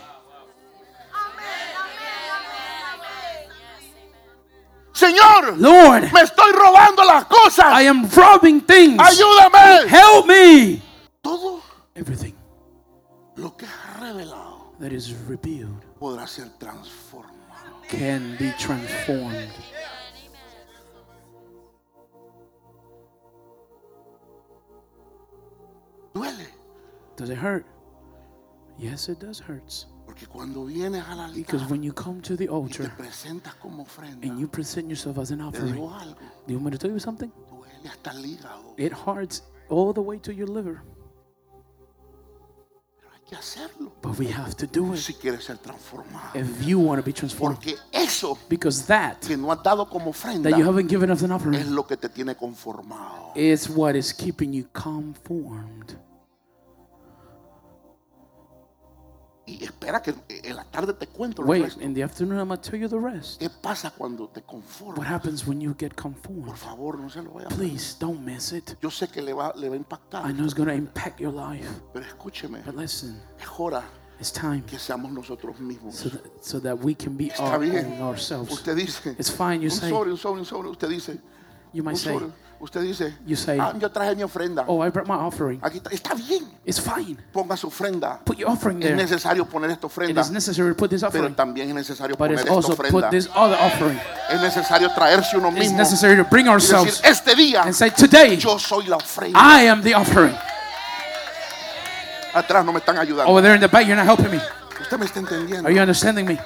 C: Señor,
D: Lord,
C: me estoy robando las
D: I
C: cosas.
D: am robbing things.
C: Ayúdame.
D: Help me.
C: Todo
D: Everything
C: lo que es revelado
D: that is revealed
C: podrá ser transformado.
D: can be transformed.
C: Duele.
D: Does it hurt? Yes, it does hurt.
C: Porque cuando vienes al altar
D: Because when you come to the
C: y te
D: altar
C: presentas como ofrenda,
D: and you present yourself as an
C: te
D: offering,
C: digo
D: do
C: algo,
D: you want me to tell you something?
C: duele hasta el hígado.
D: It hurts all the way to your liver,
C: Pero hay que hacerlo
D: but we have to do it
C: si quieres ser transformado.
D: if you want to be transformed.
C: Porque eso
D: Because that
C: que no has dado como ofrenda
D: that you haven't given as an
C: es
D: offering
C: lo que te tiene conformado.
D: is what is keeping you conformed.
C: Y espera que en la tarde te cuento el
D: Wait,
C: resto.
D: in the afternoon, I'm going to tell you the rest.
C: ¿Qué pasa cuando te
D: What
C: conformas?
D: happens when you get
C: Por
D: conformed?
C: favor, no se lo vaya a
D: Please don't miss it.
C: Yo sé que le va, le va a impactar,
D: I know it's going to impact your life,
C: pero escúcheme,
D: but listen,
C: es hora
D: it's time
C: que seamos nosotros mismos.
D: so that, so that we can be
C: Está
D: our
C: bien.
D: own ourselves.
C: Usted dice,
D: It's fine, you
C: un
D: say.
C: sobre, un sobre, un sobre. Usted dice,
D: You
C: un
D: might say,
C: sobre. Usted dice,
D: You say-
C: "Ah, yo traje mi ofrenda.
D: Oh, I brought my offering.
C: Aquí está, está bien.
D: It's fine.
C: Ponga su ofrenda.
D: Put your offering
C: Es
D: there. It
C: necesario poner esta ofrenda,
D: is necessary to put this
C: pero
D: offering,
C: también es necesario
D: but
C: poner
D: it's
C: esta
D: also
C: ofrenda.
D: put this other offering.
C: Es necesario traerse uno
D: It's
C: mismo.
D: necessary to bring
C: y decir,
D: ourselves
C: este día
D: and say, Today,
C: yo soy la ofrenda.
D: Ah. I am the offering.
C: Atrás no me están ayudando.
D: Over there in the back, you're not helping me.
C: Usted me está entendiendo.
D: Are you understanding me?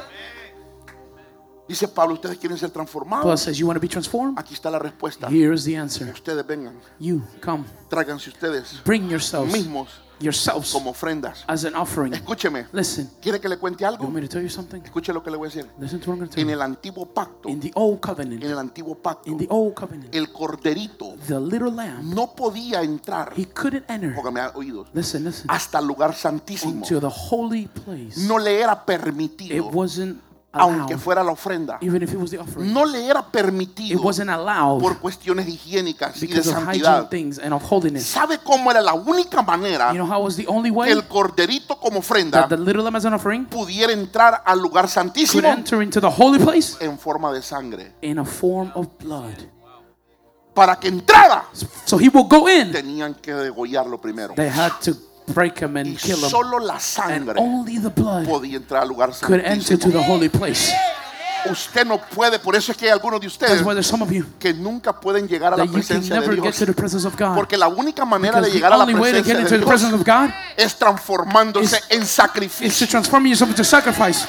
C: Dice Pablo, ustedes quieren ser
D: Paul
C: transformados.
D: says, You want to be transformed?
C: Aquí está la respuesta.
D: Here is the answer.
C: Ustedes vengan,
D: You come,
C: tráiganse ustedes
D: bring yourselves,
C: mismos
D: yourselves
C: como ofrendas.
D: as an offering.
C: Escúcheme,
D: Listen,
C: ¿quiere que le cuente
D: you
C: algo?
D: want me to tell you something?
C: Escuche lo que le voy a decir.
D: Listen to what I'm going to tell
C: En
D: you.
C: el antiguo pacto,
D: In
C: en
D: the old covenant,
C: el antiguo pacto,
D: in the old covenant,
C: el corderito
D: the little lamb,
C: no podía entrar,
D: he couldn't enter.
C: póngame a oídos,
D: Listen, listen.
C: hasta el lugar santísimo.
D: Into the holy place.
C: No le era
D: It
C: permitido,
D: wasn't
C: aunque
D: allowed,
C: fuera la ofrenda.
D: even if it was the offering.
C: No le era
D: It
C: permitido
D: wasn't allowed
C: por cuestiones higiénicas y de
D: because of hygiene
C: santidad.
D: things and of holiness.
C: ¿Sabe cómo era la única manera
D: You know how was the only
C: que
D: way
C: el corderito como ofrenda
D: that the little lamb as an offering
C: pudiera entrar al lugar
D: could
C: santísimo
D: enter into the holy place
C: en forma de sangre?
D: in a form of blood.
C: Para que entrara,
D: So he will go in.
C: tenían que degollarlo primero.
D: They had to break him
C: Y
D: and kill him.
C: solo la
D: And
C: sangre
D: only the blood
C: podía entrar al lugar
D: could enter to
C: santísimo.
D: the holy place.
C: Usted no puede, por eso es que hay algunos de
D: That's
C: ustedes
D: why there's some of you
C: que nunca pueden llegar a la
D: that you can
C: presencia de
D: never get to
C: Dios.
D: the presence of God.
C: Porque la única manera de
D: Because
C: llegar
D: the
C: a la
D: only way to get
C: presencia
D: into
C: de
D: the presence
C: Dios
D: of God
C: es transformándose en
D: is
C: sacrificio.
D: to transform yourself into sacrifice.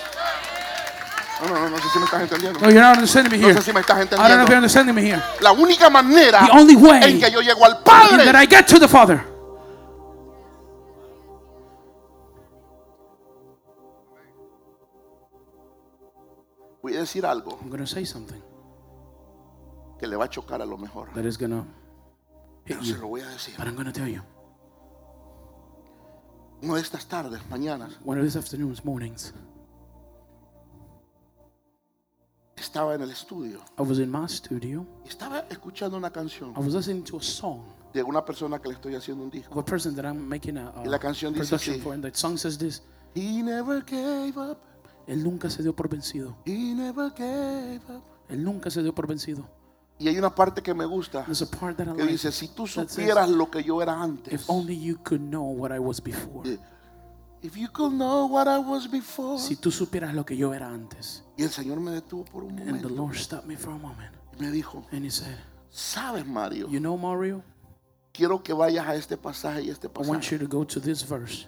C: No, no, no, no sé si me estás entendiendo.
D: No, you're not understanding me
C: No
D: here.
C: sé si me estás
D: I don't know if
C: entendiendo.
D: you're understanding me here.
C: La única manera
D: The only way
C: en que yo llego al
D: And that
C: Padre
D: I get to the Father.
C: Voy a decir algo
D: I'm going to say something
C: que le va a chocar a lo mejor.
D: that is going to hit
C: Pero se
D: you,
C: lo voy a decir.
D: but I'm going to tell you.
C: Una de estas tardes, mañanas,
D: One of these afternoons, mornings,
C: estaba en el estudio
D: I was in my studio.
C: y estaba escuchando una canción
D: I was listening to a song
C: de una persona que le estoy haciendo un disco.
D: of a person that I'm making a,
C: Y
D: a
C: la canción dice
D: production
C: así.
D: for, and that song says this:
C: He never gave up.
D: Él nunca se dio por vencido.
C: He never gave up.
D: Él nunca se dio por vencido.
C: Y hay una parte que me gusta
D: There's a part that I
C: que
D: like.
C: dice, si tú
D: that says,
C: supieras lo que yo era antes.
D: If only you could know what I was before.
C: Yeah. If you could know what I was before.
D: Si tú supieras lo que yo era antes.
C: Y el Señor me detuvo por un
D: And the
C: momento
D: Lord stopped me for a moment,
C: y me dijo,
D: and He said,
C: sabes Mario,
D: "You know, Mario,
C: quiero que vayas a este pasaje y este
D: I want
C: pasaje.
D: you to go to this verse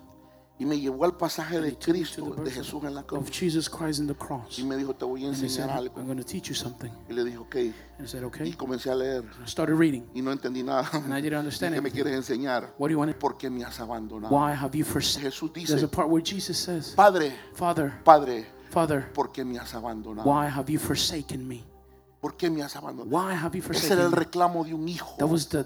C: Y me llevó al pasaje de
D: took me to
C: Cristo,
D: the
C: de
D: verse
C: Jesús en la
D: of
C: cruz.
D: Jesus Christ and the cross."
C: Y me dijo, te voy a
D: And he said,
C: enseñar
D: I'm
C: algo.
D: going to teach you something.
C: Y le dije, ok.
D: And I said,
C: Y
D: okay.
C: comencé a leer
D: And I started reading.
C: y no entendí nada.
D: And I didn't understand
C: ¿Qué me
D: it.
C: quieres enseñar?
D: What do you want?
C: ¿Por qué me has abandonado?
D: Why have you forsaken?
C: Jesús
D: There's a
C: dice,
D: part where Jesus says,
C: Padre,
D: Father,
C: Padre,
D: Father,
C: ¿por qué me has abandonado?
D: why have you forsaken me?
C: ¿Por qué me has abandonado?
D: Why have you
C: Ese era
D: forsaken
C: el
D: me?
C: reclamo de un hijo
D: That was the,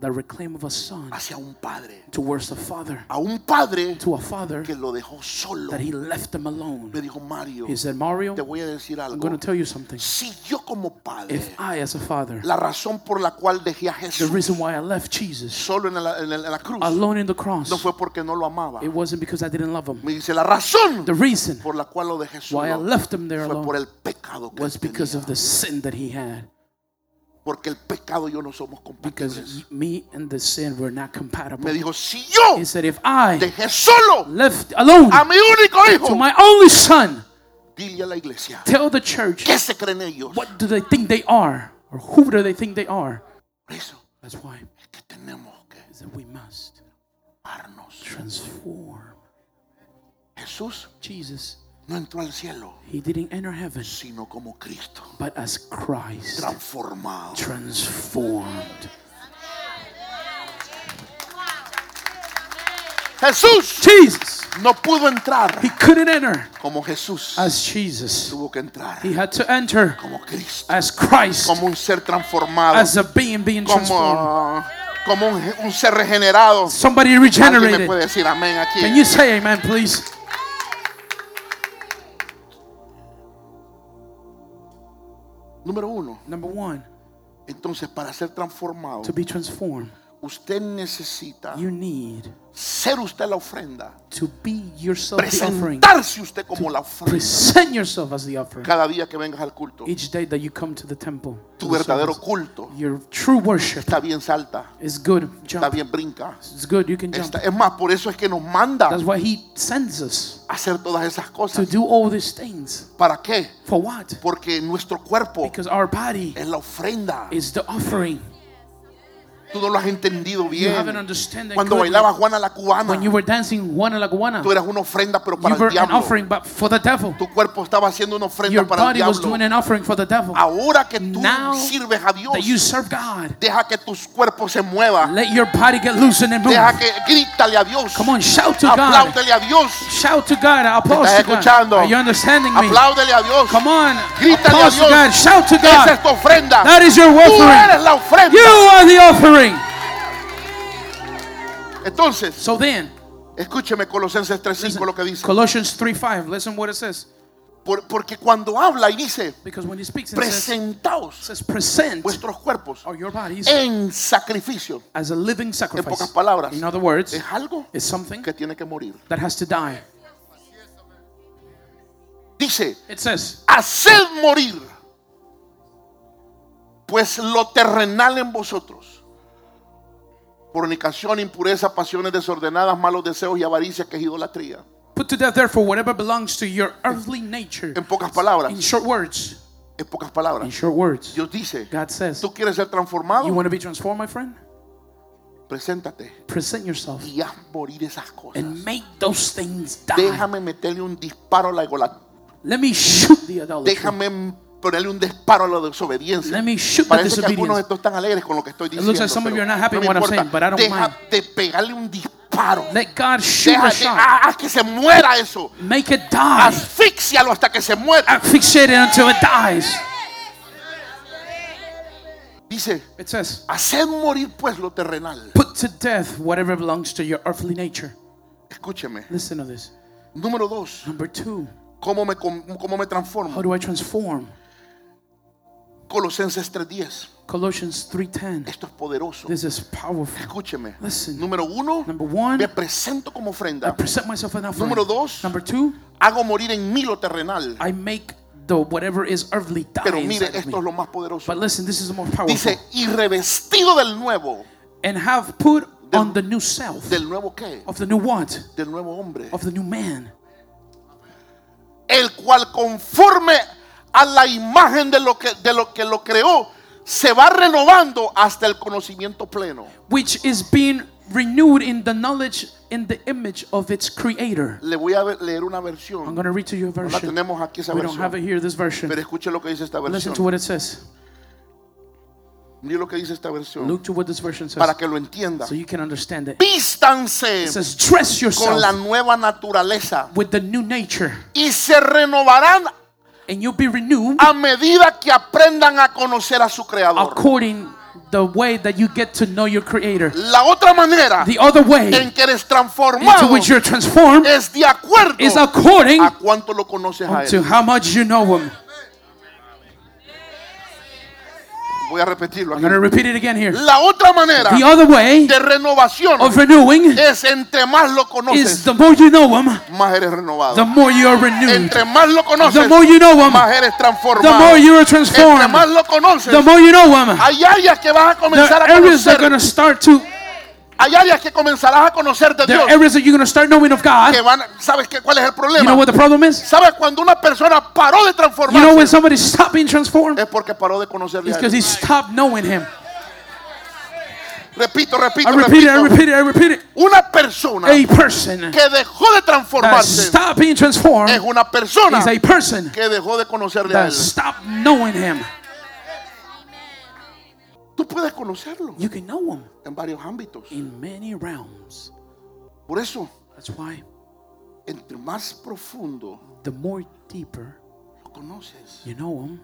D: the reclaim of a son
C: hacia un padre.
D: towards a father,
C: A un padre
D: to a father
C: que lo dejó solo.
D: that he left him alone.
C: Me dijo, Mario,
D: He said, Mario,
C: te voy a decir
D: I'm
C: algo.
D: going to tell you something.
C: Si yo como
D: If
C: padre,
D: I, as a father,
C: la razón por la cual dejé a
D: the
C: Jesús
D: reason why I left Jesus
C: solo en la, en la- en la cruz
D: alone in the cross,
C: no fue porque no lo amaba.
D: it wasn't because I didn't love him.
C: Me dice, la razón
D: The reason
C: por la cual lo dejé
D: why I
C: solo
D: left him there
C: fue
D: alone
C: por el pecado que
D: was
C: él
D: because of
C: tenía.
D: the sin that he had.
C: Porque el pecado y yo no somos compatibles.
D: Because me and the sin were not
C: Me
D: compatible.
C: dijo, si yo
D: He said, if I
C: dejé solo
D: left alone
C: a mi único
D: to
C: hijo,
D: my only son,
C: dile a la iglesia,
D: tell the church,
C: ¿qué se creen ellos? Por
D: what do they think they are? Or who do they think they are?
C: eso
D: That's why
C: es que tenemos que
D: is that we must
C: amarnos.
D: transform.
C: Jesús
D: Jesus,
C: no entró al cielo,
D: he didn't enter heaven,
C: sino como Cristo,
D: but as Christ
C: transformado.
D: transformed.
C: Jesús
D: Jesus,
C: no pudo entrar
D: he couldn't enter
C: como Jesús.
D: as Jesus.
C: Tuvo que entrar
D: He had to enter
C: como Cristo,
D: as Christ,
C: como un ser transformado,
D: as a being being transformed.
C: como, como un, un ser regenerado.
D: Somebody
C: Alguien me
D: regenerated.
C: puede decir amén
D: Can
C: aquí.
D: you say amen, please?
C: Número uno.
D: Number one,
C: Entonces, para ser transformado,
D: to be transformed,
C: usted necesita
D: you need
C: ser usted la ofrenda,
D: to be yourself the offering.
C: presentarse usted como la ofrenda.
D: Present yourself as the offering.
C: Cada día que vengas al culto,
D: Each day that you come to the temple,
C: tu
D: to the
C: verdadero
D: service,
C: culto
D: your true worship
C: está bien salta,
D: is good.
C: está
D: Jump.
C: bien brinca.
D: It's good. You can jump.
C: Está- es más, por eso es que nos manda
D: That's why he sends us
C: a hacer todas esas
D: to
C: cosas.
D: do all these things.
C: ¿Para qué?
D: For what?
C: Porque nuestro cuerpo
D: Because our body
C: es la ofrenda.
D: is the offering.
C: Tú no lo has entendido
D: You haven't
C: bien.
D: understood that
C: Cuando
D: clearly.
C: bailaba Juana la cubana,
D: When you were dancing Juana la Guana,
C: tú eras una ofrenda, pero para
D: you were
C: el
D: an
C: diablo.
D: offering but for the devil.
C: Tu cuerpo estaba haciendo una ofrenda
D: Your
C: para el
D: body was doing
C: diablo.
D: an offering for the devil.
C: Ahora que tú
D: Now
C: sirves a Dios,
D: That you serve God.
C: deja que tus cuerpos se muevan.
D: Let your body get loose and move.
C: Deja que grítale a Dios.
D: Come on, shout to God.
C: Apláudele a Dios.
D: Shout to God.
C: ¿Me
D: Applause to
C: estás
D: God.
C: escuchando?
D: Are you understanding me?
C: Apláudele a Dios.
D: Come on.
C: Grítale a
D: Applause to
C: Dios.
D: God. Shout to
C: Esa
D: God.
C: es tu ofrenda.
D: That is your
C: Tú
D: offering.
C: eres la ofrenda.
D: You are the offering.
C: Entonces,
D: So then,
C: escúcheme Colosenses 3:5 lo que dice.
D: Colossians 3 5. Listen what it says.
C: Por- porque cuando habla y dice,
D: Because when he speaks, it says, it
C: presentaos
D: says present
C: vuestros cuerpos
D: or your bodies
C: en sacrificio.
D: as a living
C: En pocas
D: sacrifice.
C: palabras,
D: In other words,
C: es algo
D: it's something
C: que tiene que morir.
D: that has to die.
C: Dice,
D: It says,
C: haced morir pues lo terrenal en vosotros fornicación impureza pasiones desordenadas malos deseos y avaricia que es idolatría
D: put to death therefore whatever belongs to your earthly nature.
C: en pocas palabras
D: In short words,
C: en pocas
D: in
C: palabras
D: short words,
C: Dios dice
D: God says,
C: tú quieres ser
D: you
C: transformado
D: want to be transformed, my friend?
C: preséntate
D: Present yourself
C: y haz morir esas cosas
D: and make those things die.
C: déjame meterle un disparo a la idolatría
D: Let me shoot the idolatry.
C: déjame ponerle un disparo a la desobediencia
D: Let me shoot the
C: Parece que algunos de
D: disobedience.
C: estos están alegres con lo que estoy
D: looks
C: diciendo.
D: like some of
C: pero
D: you are not happy
C: no me
D: with what I'm
C: importa.
D: saying, but I don't
C: Deja
D: mind.
C: de pegarle un disparo.
D: Let God shoot
C: Deja
D: a
C: de-
D: shot.
C: haz que se muera eso.
D: Make it die.
C: Asfixialo hasta que se muera.
D: Asphyxiate it until it dies.
C: Dice,
D: It says,
C: haced morir pues lo terrenal.
D: put to death whatever belongs to your earthly nature.
C: Escúcheme.
D: Listen to this.
C: Número dos,
D: Number two,
C: ¿cómo me, com- cómo me
D: how
C: transformo?
D: do I transform?
C: Colosenses 3.10.
D: Colossians 3.10.
C: Esto es poderoso.
D: This is powerful.
C: Escúcheme.
D: Listen.
C: Número uno,
D: Number one,
C: me presento como
D: I
C: ofrenda.
D: present myself an offering.
C: Número dos,
D: Number two,
C: Hago morir en mí lo terrenal.
D: I make the whatever is earthly die
C: Pero mire,
D: inside of
C: esto es
D: me.
C: lo más poderoso.
D: But listen, this is more powerful.
C: Dice, y revestido del nuevo.
D: and have put on the new self
C: ¿Del nuevo qué?
D: of the new what?
C: Del nuevo hombre.
D: Of the new man.
C: el cual conforme a la imagen de lo que de lo que lo creó se va renovando hasta el conocimiento pleno.
D: which is being renewed in the knowledge in the image of its creator.
C: Le voy a ver- leer una
D: I'm
C: versión,
D: going to read to you a
C: la
D: version.
C: tenemos aquí esa
D: We don't have it
C: versión,
D: here, this
C: pero
D: version.
C: escuche lo que dice esta
D: Listen to
C: versión.
D: what it says.
C: Mire lo que dice esta versión
D: Look to what this version says
C: para que lo entienda.
D: so you can understand it.
C: Vístanse
D: It says, Dress
C: con la
D: yourself
C: nueva naturaleza
D: with the new nature,
C: y se renovarán
D: and you'll be renewed
C: a medida que aprendan a conocer a su creador.
D: according the way that you get to know your creator.
C: La otra manera
D: The other way
C: en que eres
D: into
C: transformado
D: which you're transformed
C: es de acuerdo
D: is according
C: a cuánto lo conoces a él.
D: Oh, to how much you know him.
C: Voy a repetirlo.
D: I'm
C: aquí.
D: going to repeat it again here.
C: La otra manera
D: The other way
C: de renovación
D: of renewing
C: es entre más lo conoces,
D: is the more you know him,
C: más eres
D: the
C: renovado.
D: more you are renewed.
C: Entre más lo conoces,
D: The more you know him,
C: más eres transformado.
D: the more you are
C: entre más
D: transformed.
C: lo conoces,
D: The more you know him,
C: hay áreas que vas a comenzar
D: the
C: a
D: areas
C: conocer.
D: that are going to start to,
C: Hay áreas que comenzarás a conocer de
D: the
C: Dios.
D: areas that you're going to start knowing of God.
C: que van, a- ¿Sabes qué, cuál es el
D: You
C: problema?
D: know what the problem is?
C: ¿Sabes cuando una persona paró de
D: You
C: transformarse?
D: know when somebody stopped being transformed?
C: es porque paró de conocerle
D: It's
C: a
D: because he
C: Dios.
D: stopped knowing him.
C: Repito, repito,
D: I repeat it, I
C: repito.
D: repeat it, I repeat it.
C: Una persona
D: A person
C: que dejó de
D: that
C: transformarse
D: stopped being
C: es
D: transformed
C: una persona
D: is a person
C: que dejó de conocerle a
D: that
C: él.
D: stopped knowing him.
C: Tú puedes conocerlo
D: You can know him
C: en varios ámbitos.
D: in many realms.
C: Por eso,
D: That's why
C: entre más profundo
D: the more deeper
C: lo conoces.
D: you know him,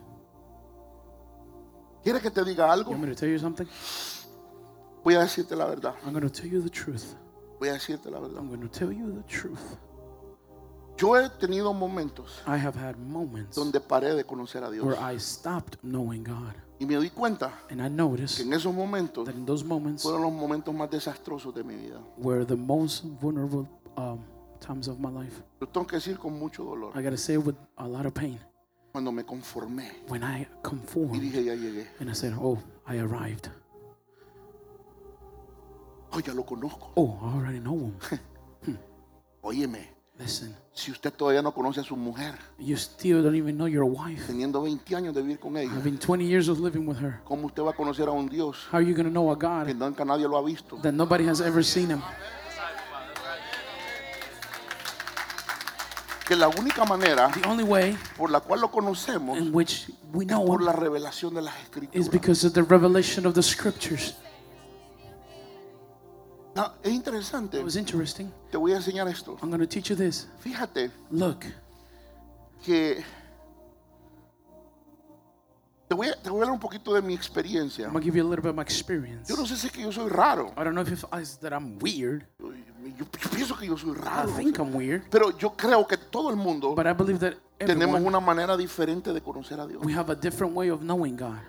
C: ¿Quieres que te diga
D: you
C: algo?
D: want me to tell you something?
C: Voy a decirte la verdad.
D: I'm going to tell you the truth.
C: Voy a decirte la verdad.
D: I'm going to tell you the truth.
C: Yo he tenido momentos
D: I have had moments
C: donde paré de conocer a Dios
D: where I stopped knowing God.
C: y me di cuenta
D: And I
C: que
D: noticed
C: en esos momentos
D: that in those moments
C: fueron los momentos más desastrosos de mi vida.
D: were the most vulnerable um, times of my life.
C: Lo tengo que decir con mucho dolor.
D: I got to say, with a lot of pain,
C: Cuando me conformé
D: when I
C: y
D: conformed
C: dije, ya llegué.
D: and I said, Oh, I arrived.
C: Oh, ya lo conozco.
D: Oh, I already know him.
C: Óyeme,
D: Listen,
C: Si usted todavía no conoce a su mujer,
D: you still don't even know your wife.
C: teniendo 20 años de vivir con ella,
D: Having 20 years of living with her,
C: ¿cómo usted va a conocer a un Dios
D: how are you going to know a
C: que
D: God
C: nunca nadie lo ha visto?
D: that nobody has ever seen him?
C: Que la única manera
D: The only way
C: por la cual lo conocemos
D: in which we
C: es
D: know
C: por
D: him
C: la revelación de las
D: is
C: escrituras.
D: because of the revelation of the scriptures.
C: Ah, es interesante.
D: It was interesting.
C: Te voy a enseñar esto.
D: I'm going to teach you this.
C: Fíjate
D: Look,
C: que te voy, a, te voy a hablar un poquito de mi experiencia.
D: I'm going to give you a little bit of my experience.
C: Yo no sé si es que yo soy raro.
D: I don't know if it's us that I'm weird.
C: Yo, yo pienso que yo soy
D: I
C: raro.
D: think I'm weird.
C: Pero yo creo que todo el mundo
D: But I believe that
C: tenemos
D: everyone,
C: una manera diferente de conocer a Dios.
D: we have a different way of knowing God.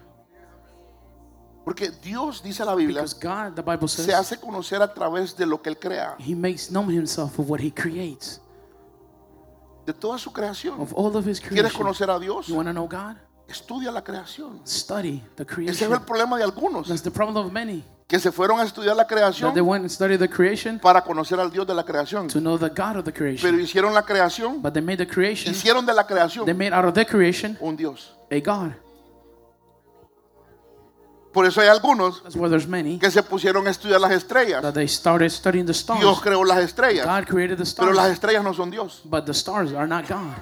C: Porque Dios dice la Biblia
D: Because God, the Bible
C: se
D: says,
C: hace conocer a través de lo que Él crea,
D: He makes known Himself of what He creates,
C: de toda su creación.
D: of all of His
C: ¿Quieres
D: creation.
C: conocer a Dios?
D: You want to know God?
C: Estudia la creación.
D: Study the
C: Ese es el
D: creation.
C: problema de algunos
D: That's the problem of many.
C: que se fueron a estudiar la
D: That they
C: creación
D: went and studied the creation
C: para conocer al Dios de la creación.
D: to know the God of the
C: Pero
D: creation.
C: hicieron la creación,
D: But they made the creation,
C: hicieron de la
D: they
C: creación
D: made out of their creation
C: un Dios.
D: a God.
C: Por eso hay algunos
D: That's why there's many
C: que se pusieron a estudiar las estrellas.
D: that they started studying the
C: Dios
D: stars.
C: creó las estrellas,
D: God created the
C: pero las
D: stars,
C: estrellas no son Dios.
D: but the stars are not God.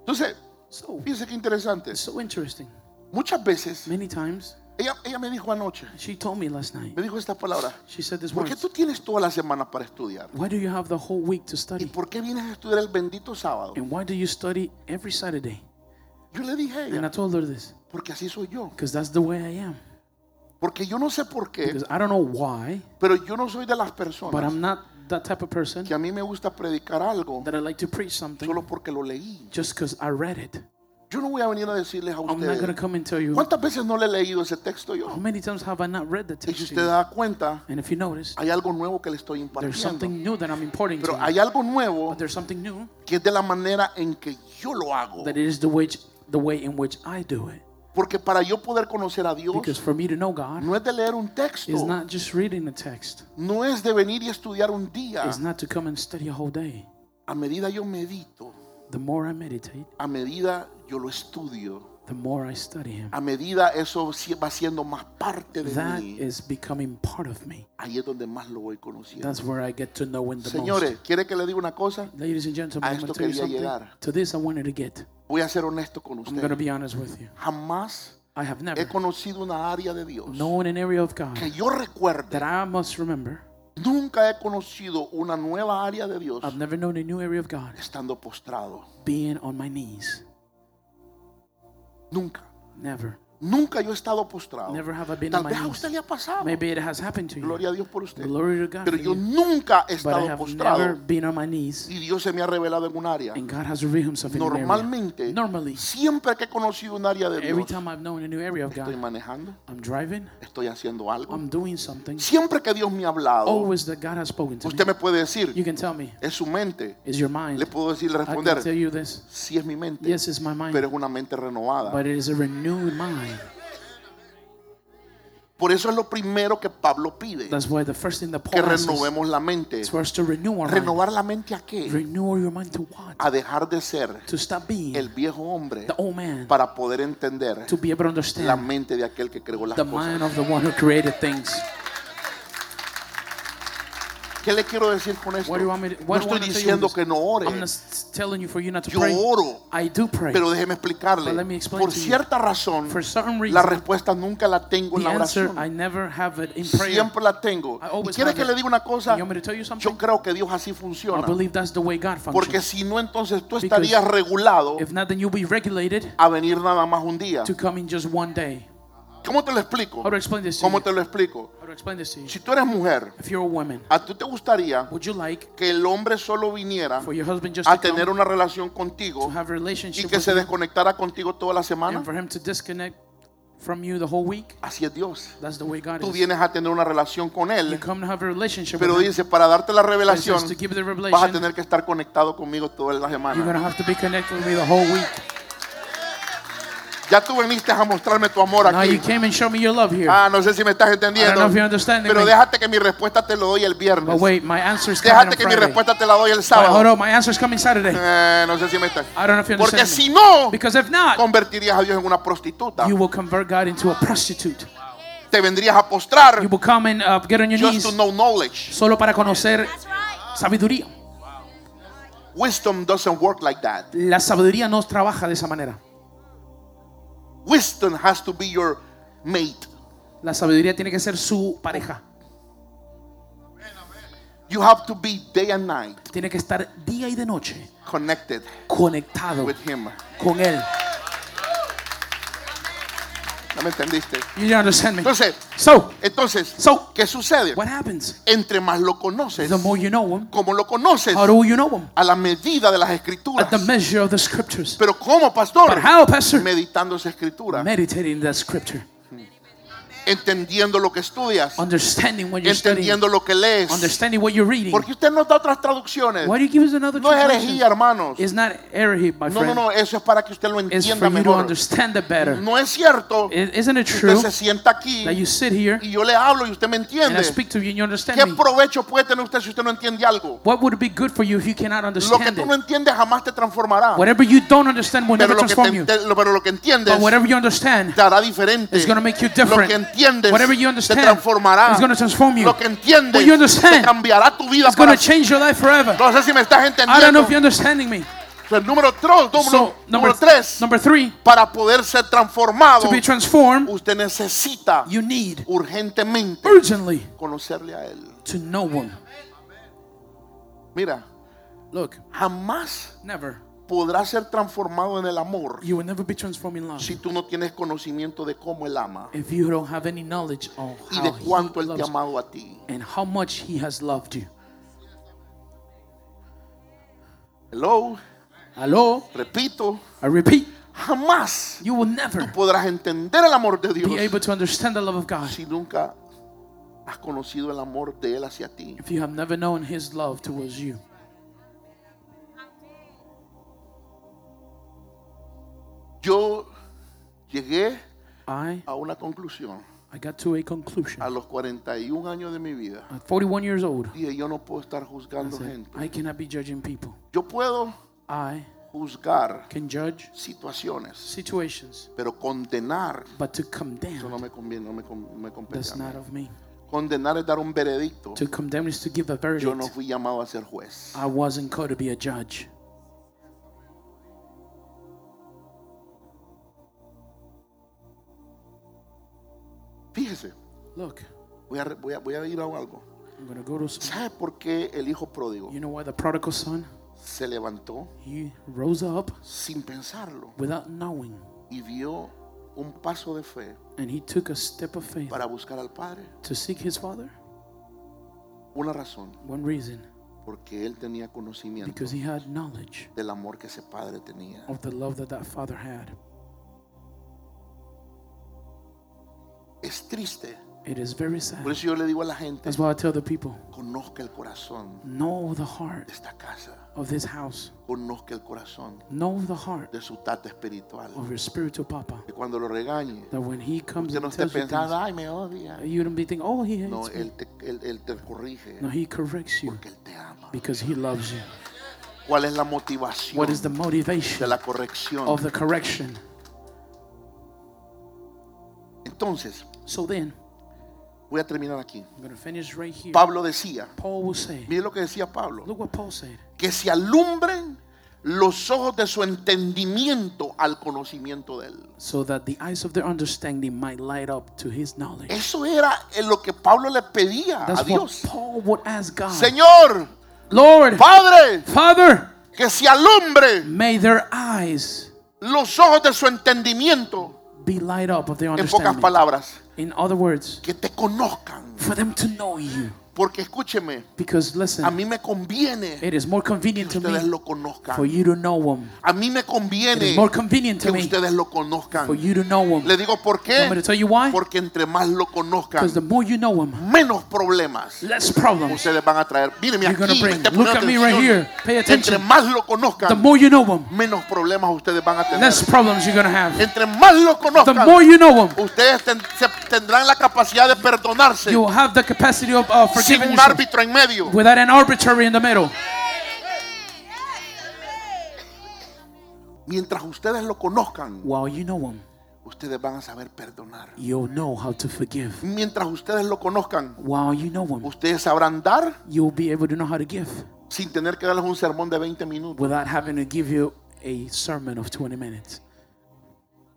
C: Entonces,
D: So
C: fíjense qué interesante.
D: it's so interesting.
C: Muchas veces,
D: Many times
C: ella, ella me dijo anoche,
D: she told me last night.
C: me dijo esta palabra,
D: She said this
C: ¿por qué
D: word.
C: tú tienes toda la semana para estudiar?
D: Why do you have the whole week to
C: ¿Y
D: study?
C: por qué vienes a estudiar el bendito sábado?
D: And why do you study every Saturday?
C: Yo le dije a
D: And I
C: ella,
D: told her this
C: porque así soy yo.
D: because that's the way I am.
C: Eh. Porque yo no sé por qué,
D: Because I don't know why,
C: pero yo no soy de las
D: but
C: personas
D: I'm not that type of person
C: que a mí me gusta predicar algo
D: that I like to preach something
C: solo porque lo leí.
D: just because I read it.
C: Yo no voy a venir a decirles a
D: I'm not going to
C: ustedes
D: come and tell you
C: cuántas veces no le he leído ese texto
D: how
C: yo.
D: many times have I not read the
C: Y si
D: text. to
C: usted
D: you?
C: da cuenta,
D: And if you notice,
C: hay algo nuevo que le estoy impartiendo.
D: there's something new that I'm importing
C: ah, Pero
D: to you.
C: hay algo nuevo
D: But there's something new
C: que es de la manera en que yo lo hago.
D: that it is the which the way in which I do it.
C: Porque para yo poder conocer a Dios,
D: Because for me to know God
C: no es de leer un texto,
D: is not just reading the text.
C: no es de venir y estudiar un día.
D: It's not to come and study a whole day.
C: A medida yo medito,
D: The more I meditate,
C: a medida yo lo estudio,
D: the more I study him.
C: a medida eso sí va siendo más parte de
D: That
C: mí,
D: is becoming part of me.
C: ahí es donde más lo voy conociendo.
D: That's where I get to know him the
C: Señores, ¿quiere que le diga una cosa?
D: most. Ladies and gentlemen,
C: a
D: I'm going
C: esto
D: to tell you
C: quería
D: something.
C: llegar.
D: To this I wanted to get.
C: Voy a ser honesto con
D: I'm going to
C: usted.
D: be honest with you.
C: Jamás
D: I have never
C: he conocido una área de Dios
D: known an area of God
C: que yo recuerde.
D: that I must remember.
C: Nunca he conocido una nueva área de Dios
D: I've never known a new area of God
C: estando postrado.
D: being on my knees.
C: Nunca.
D: Never.
C: Nunca yo he estado postrado.
D: Never have I been
C: Oh. Tal
D: on my
C: vez a
D: knees.
C: usted le ha pasado.
D: Maybe it has happened to you.
C: Gloria a Dios por usted.
D: Glory to God.
C: Pero
D: for
C: yo
D: you.
C: nunca he
D: But I
C: estado
D: have never
C: postrado.
D: been on my knees.
C: Y Dios se me ha revelado en un área.
D: And God has revealed himself in an area.
C: Normalmente,
D: Normally,
C: siempre que he conocido un área de
D: every
C: Dios,
D: time I've known a new area of
C: estoy
D: God,
C: manejando,
D: I'm driving,
C: estoy haciendo algo.
D: I'm doing something.
C: Siempre que Dios me ha hablado,
D: Always that God has spoken to me.
C: usted me puede
D: You
C: decir,
D: can tell me,
C: es su mente.
D: is your
C: Le
D: mind?
C: puedo decir,
D: I can tell
C: responder,
D: you this.
C: sí es mi mente,
D: Yes, it's my
C: pero
D: mind,
C: es una mente renovada.
D: but it is a renewed mind.
C: Por eso es lo primero que Pablo pide,
D: That's why the first thing that
C: que
D: Paul asks us
C: renovemos la mente.
D: is for us to renew our mind.
C: ¿Renovar la mente a qué?
D: Renew your mind to what?
C: A dejar de ser
D: To stop being
C: el viejo hombre
D: the old man,
C: para poder entender
D: to be able to
C: la
D: understand
C: mente de aquel que creó las
D: the
C: cosas.
D: mind of the one who created things.
C: ¿Qué le quiero decir con esto?
D: What do you want me to,
C: No
D: what do
C: estoy
D: you want me to tell you with
C: diciendo
D: this?
C: que no
D: I'm
C: ore,
D: not s- telling you for you not to
C: Yo
D: pray.
C: oro.
D: I do pray.
C: pero déjeme explicarle.
D: But let me explain
C: Por
D: to you.
C: cierta razón,
D: For certain
C: la
D: reason,
C: respuesta nunca la tengo en
D: the
C: la
D: answer I
C: oración.
D: never have it in prayer.
C: Siempre la tengo.
D: I
C: ¿Y
D: always
C: quiere
D: have
C: que
D: it.
C: le diga una cosa?
D: You want me to tell you
C: Yo
D: something?
C: creo que Dios así
D: I
C: funciona.
D: believe that's the way God
C: Porque
D: functions.
C: si no, entonces tú
D: Because
C: estarías regulado
D: If not, then you'll be regulated
C: a venir nada más un día.
D: to come in just one day.
C: ¿Cómo te lo explico?
D: How to explain this to you?
C: ¿Cómo te lo explico?
D: How to explain this to you?
C: Si tú eres mujer,
D: If you're a woman,
C: ¿a tú te gustaría
D: would you like
C: que el hombre solo viniera
D: for your husband just
C: a
D: to, come,
C: tener una relación
D: to
C: contigo
D: have a
C: y
D: relationship
C: que
D: with
C: se
D: you
C: desconectara contigo toda la
D: and
C: semana?
D: for him to disconnect from you the whole week?
C: Así es Dios.
D: That's the way God
C: Tú
D: is.
C: vienes a tener una relación con
D: You
C: Él,
D: come to have a relationship
C: pero
D: with him.
C: dice, para darte la
D: but it says
C: revelación,
D: to give the
C: vas a
D: revelation,
C: tener que estar conectado conmigo toda la
D: you're going
C: semana.
D: to have to be connected with me the whole week.
C: Ya tú viniste a mostrarme tu amor
D: Now you
C: aquí.
D: came and showed me your love here.
C: Ah, no sé si me estás
D: I don't know
C: entendiendo.
D: if you're understanding
C: Pero
D: me.
C: déjate que mi respuesta te lo doy el
D: But
C: viernes.
D: wait, my answer's coming
C: pues, Déjate
D: on
C: que mi
D: Friday.
C: respuesta te la doy el
D: Wait, hold
C: sábado.
D: on, my answer's coming Saturday.
C: Eh, no sé si me estás.
D: I don't know if you
C: Porque
D: understand
C: si
D: me.
C: no,
D: Because if not,
C: convertirías a Dios en una prostituta.
D: you will convert God into a prostitute.
C: Te vendrías a postrar
D: You will come and uh, get on your
C: just
D: knees
C: to know knowledge.
D: solo para conocer sabiduría.
C: Wisdom doesn't work like that.
D: La sabiduría no trabaja de esa manera.
C: Wisdom has to be your mate.
D: La sabiduría tiene que ser su pareja.
C: You have to be day and night
D: Tiene que estar día y de noche
C: connected
D: conectado
C: with Him.
D: con él.
C: ¿No me entendiste?
D: You don't understand me.
C: Entonces,
D: So,
C: entonces,
D: So-
C: ¿qué sucede?
D: what happens?
C: Entre más lo conoces,
D: The more you know him,
C: como lo conoces,
D: how do you know him?
C: a la medida de las
D: At
C: escrituras.
D: the measure of the scriptures.
C: Pero ¿cómo, pastor?
D: But how, Pastor?
C: Meditando esa escritura,
D: Meditating that scripture.
C: entendiendo lo que estudias,
D: Understanding what you're studying.
C: entendiendo lo que lees.
D: Understanding what you're reading.
C: Porque usted no da otras traducciones.
D: Why do you give us another
C: No es
D: translation?
C: herejía, hermanos.
D: It's not heresy,
C: No,
D: my
C: no,
D: friend.
C: no, eso es para que usted lo
D: It's for
C: entienda
D: you to
C: mejor.
D: understand it better.
C: No es cierto
D: I- Isn't it
C: que
D: true
C: se sienta aquí
D: that you sit here
C: y yo le hablo y usted me
D: and I
C: entiende.
D: speak to you and you understand
C: ¿Qué
D: me?
C: provecho puede tener usted si usted no entiende algo?
D: What would be good for you if you cannot
C: Lo que
D: understand
C: tú
D: it?
C: no entiendes jamás te transformará.
D: Whatever you don't understand will
C: Pero
D: never
C: lo que,
D: transform
C: te
D: you.
C: ente- lo- pero lo que entiendes
D: But whatever you understand,
C: te hará diferente.
D: It's gonna make you
C: Lo
D: different.
C: que entiendes
D: Whatever you
C: te
D: understand,
C: transformará.
D: it's gonna transform you.
C: Lo que entiendes
D: What you understand,
C: te cambiará tu vida
D: it's going
C: para
D: to change your life forever.
C: No sé si me estás
D: I don't know
C: entendiendo.
D: if you're understanding me.
C: El número 3,
D: So, number,
C: número 3,
D: number three,
C: para poder ser transformado,
D: to be transformed,
C: usted necesita
D: you need
C: urgentemente
D: urgently
C: conocerle a él.
D: to know Him.
C: Mira,
D: Look,
C: jamás
D: never.
C: podrás ser transformado en el amor
D: You will never be transformed in love
C: si tú no tienes conocimiento de cómo él ama
D: if you don't have any knowledge on
C: y de
D: how He
C: cuánto él te ha
D: loves
C: amado a ti.
D: and how much He has loved you.
C: Hello,
D: Hello,
C: repito,
D: I repeat,
C: jamás
D: you will never
C: podrás entender el amor de
D: be
C: Dios
D: able to understand the love of God
C: si nunca has conocido el amor de él hacia ti.
D: if you have never known His love towards you.
C: Yo llegué
D: I
C: a una conclusión
D: I got to a conclusion.
C: a los 41 años de mi vida.
D: At 41 years old,
C: Dije, yo no puedo estar
D: I,
C: juzgando
D: said,
C: gente.
D: I cannot be judging people.
C: Yo puedo
D: I
C: juzgar
D: can judge
C: situaciones,
D: situations,
C: pero condenar
D: but to
C: Eso no
D: condemn,
C: me conviene, no me, con- me compete a
D: that's
C: mí.
D: not of me.
C: Condenar es dar un veredicto.
D: To condemn is to give a
C: Yo no
D: verdict.
C: fui llamado a ser juez.
D: I wasn't called to be a judge.
C: Fíjese,
D: Look,
C: voy a, re- voy a- voy a ir a algo.
D: I'm going to go to some.
C: ¿Sabe por qué el hijo pródigo
D: You know why the prodigal son?
C: se levantó
D: He rose up
C: sin pensarlo
D: without knowing,
C: y dio un paso de fe
D: and he took a step of faith
C: para buscar al padre?
D: to seek his father?
C: Una razón,
D: One reason
C: porque él tenía conocimiento
D: because Oh. he had knowledge
C: del amor que ese padre tenía.
D: of the love that that father had.
C: Es triste.
D: It is very
C: Por
D: sad.
C: eso yo le digo a la gente,
D: That's why I tell the people
C: conozca el corazón
D: know the heart
C: de esta casa,
D: of this house.
C: conozca el corazón
D: Know the heart
C: de su tata espiritual.
D: of your spiritual papa.
C: Que cuando lo regañe,
D: That when he comes
C: Usted no
D: and
C: esté
D: tells you
C: pensando,
D: things,
C: ay, me odia.
D: you don't be thinking, oh, he hates
C: No,
D: me.
C: él te, él, él te corrige
D: No, he corrects you
C: porque él te ama.
D: because he loves you.
C: ¿Cuál es la motivación
D: What is the
C: de
D: motivation
C: la corrección?
D: of the correction?
C: Entonces,
D: So then,
C: voy a terminar aquí.
D: I'm going to finish right here.
C: Pablo decía,
D: Paul will say,
C: mire lo que decía Pablo,
D: look what Paul said.
C: que se alumbren los ojos de su entendimiento al conocimiento de él.
D: So that the eyes of their understanding might light up to his knowledge.
C: Eso era en lo que Pablo le pedía a
D: That's what
C: Dios.
D: Paul would ask God.
C: Señor,
D: Lord,
C: Padre,
D: Father,
C: que se alumbre
D: may their eyes
C: los ojos de su entendimiento.
D: be light up of their
C: En pocas
D: understanding.
C: palabras,
D: In other words,
C: que te conozcan.
D: for them to know you.
C: Porque escúcheme,
D: Because
C: a
D: listen,
C: mí me conviene
D: it is more
C: que
D: convenient to
C: ustedes
D: me
C: lo conozcan.
D: for you to know him.
C: A mí me
D: It
C: conviene
D: is more convenient
C: que
D: to me
C: ustedes lo
D: for
C: conozcan.
D: you to know him.
C: Le digo por
D: Want me to
C: qué.
D: tell you why?
C: Porque entre más lo conozcan,
D: Because the more you know him,
C: menos problemas
D: less problems.
C: ustedes van a traer. Míreme
D: You're gonna
C: aquí, este
D: bring.
C: vente a
D: Look
C: poner
D: at me right
C: atención.
D: here. Pay
C: Entre
D: attention.
C: más lo
D: The
C: conozcan,
D: more you know him,
C: menos problemas ustedes van a tener.
D: less problems you're gonna have.
C: Entre más lo
D: The
C: conozcan,
D: more you know him,
C: ustedes ten- se- tendrán la capacidad de perdonarse
D: you'll have the capacity of uh,
C: sin
D: forgiving
C: un
D: yourself
C: árbitro en medio.
D: without an arbitrary in the middle.
C: Mientras ustedes lo conozcan,
D: While you know him,
C: ustedes van a saber perdonar.
D: you'll know how to forgive.
C: Mientras ustedes lo conozcan,
D: While you know him,
C: ustedes sabrán dar
D: you'll be able to know how to give
C: sin tener que darles un sermón de 20 minutos.
D: without having to give you a sermon of 20 minutes.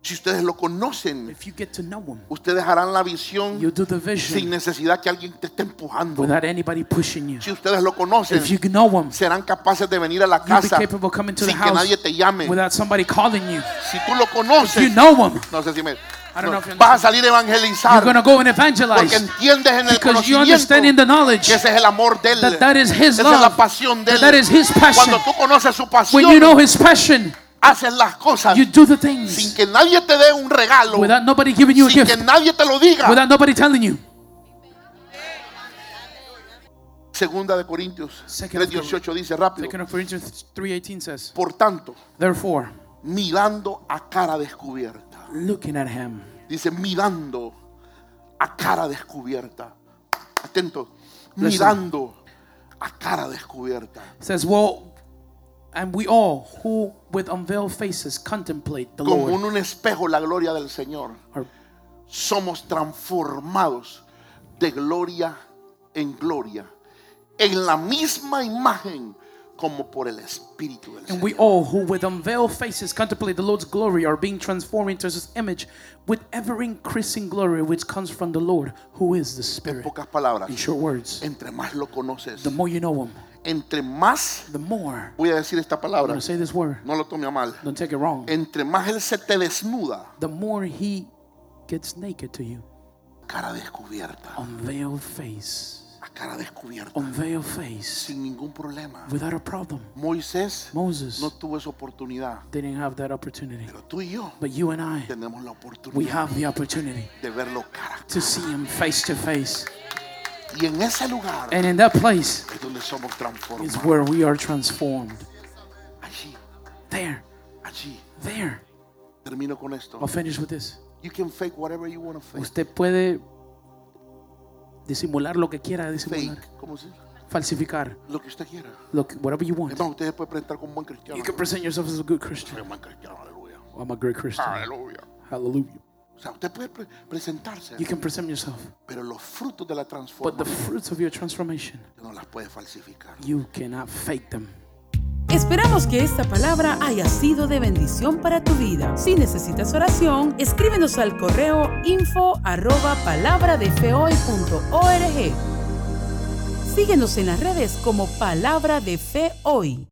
C: Si ustedes lo conocen,
D: If you get to know him,
C: ustedes harán la visión
D: you do the
C: sin
D: vision
C: necesidad que alguien te esté empujando.
D: without anybody pushing you.
C: Si ustedes lo conocen,
D: If you know him,
C: serán capaces de venir a la
D: you'll be
C: casa
D: capable of coming to the
C: sin que
D: house
C: nadie te llame.
D: without somebody calling you.
C: Si tú lo conoces,
D: You know him.
C: no sé si me,
D: don't
C: no,
D: know if you
C: vas a salir a evangelizar
D: You're going to go and
C: porque
D: evangelize
C: entiendes en el
D: because you understand in
C: conocimiento
D: the knowledge
C: que ese es el amor de él,
D: that that is his
C: esa es la
D: love,
C: pasión de
D: that
C: él.
D: that is his passion.
C: Cuando tú conoces su
D: When
C: pasión,
D: you know his passion,
C: haces las cosas
D: you do the
C: sin
D: things
C: que nadie te dé un regalo,
D: without nobody giving you a
C: sin que
D: gift,
C: nadie te lo diga.
D: without nobody telling you.
C: Segunda de Corintios
D: Second of
C: 3:18 dice rápido.
D: Second of Corinthians 3:18 says,
C: Por tanto,
D: "Therefore,
C: mirando a cara descubierta.
D: looking at him,
C: Dice mirando a cara descubierta. Atento.
D: Listen.
C: Mirando a cara descubierta.
D: says, well, and we all who with unveiled faces contemplate the
C: Como
D: Lord
C: en un espejo la gloria del Señor.
D: are
C: Somos transformados de gloria en gloria. En la misma imagen como por el Espíritu del
D: And
C: Señor.
D: we all, who with unveiled faces contemplate the Lord's glory, are being transformed into His image with ever increasing glory, which comes from the Lord, who is the
C: En
D: Spirit.
C: pocas palabras,
D: In short words,
C: entre más lo conoces,
D: the more you know Him,
C: entre más,
D: the more.
C: voy a decir esta
D: I'm
C: palabra,
D: going to say this word,
C: no lo tome a mal,
D: don't take it wrong.
C: entre más Él se te desnuda,
D: The more He gets naked to you,
C: cara descubierta.
D: unveiled face,
C: a cara descubierta,
D: unveiled face,
C: sin ningún problema.
D: without a problem.
C: Moisés
D: Moses
C: no tuvo esa oportunidad,
D: didn't have that opportunity,
C: pero tú y yo
D: but you and I,
C: tenemos la
D: we
C: oportunidad
D: have the opportunity
C: de verlo cara. a cara.
D: to see Him face to face.
C: Y en ese lugar
D: And in that place
C: es donde somos
D: is
C: transformados.
D: where we are transformed.
C: Allí,
D: There,
C: allí.
D: there.
C: Termino con esto.
D: I'll finish with this.
C: You can fake whatever you want to fake.
D: Usted puede disimular lo que quiera disimular,
C: Fake, como si,
D: falsificar,
C: lo que usted quiera.
D: look, whatever you want.
C: Es más, usted se puede presentar como un buen cristiano.
D: You can present yourself as a good Christian.
C: Soy un buen cristiano, aleluya.
D: I'm a great Christian.
C: Aleluya.
D: Hallelujah.
C: O sea, usted puede pre- presentarse,
D: You can present yourself,
C: pero los frutos de la
D: but the
C: transformación
D: fruits of your transformation,
C: usted no las puede falsificar.
D: you cannot fake them.
B: Esperamos que esta palabra haya sido de bendición para tu vida. Si necesitas oración, escríbenos al correo info arroba palabradefehoy.org. Síguenos en las redes como Palabra de Fe Hoy.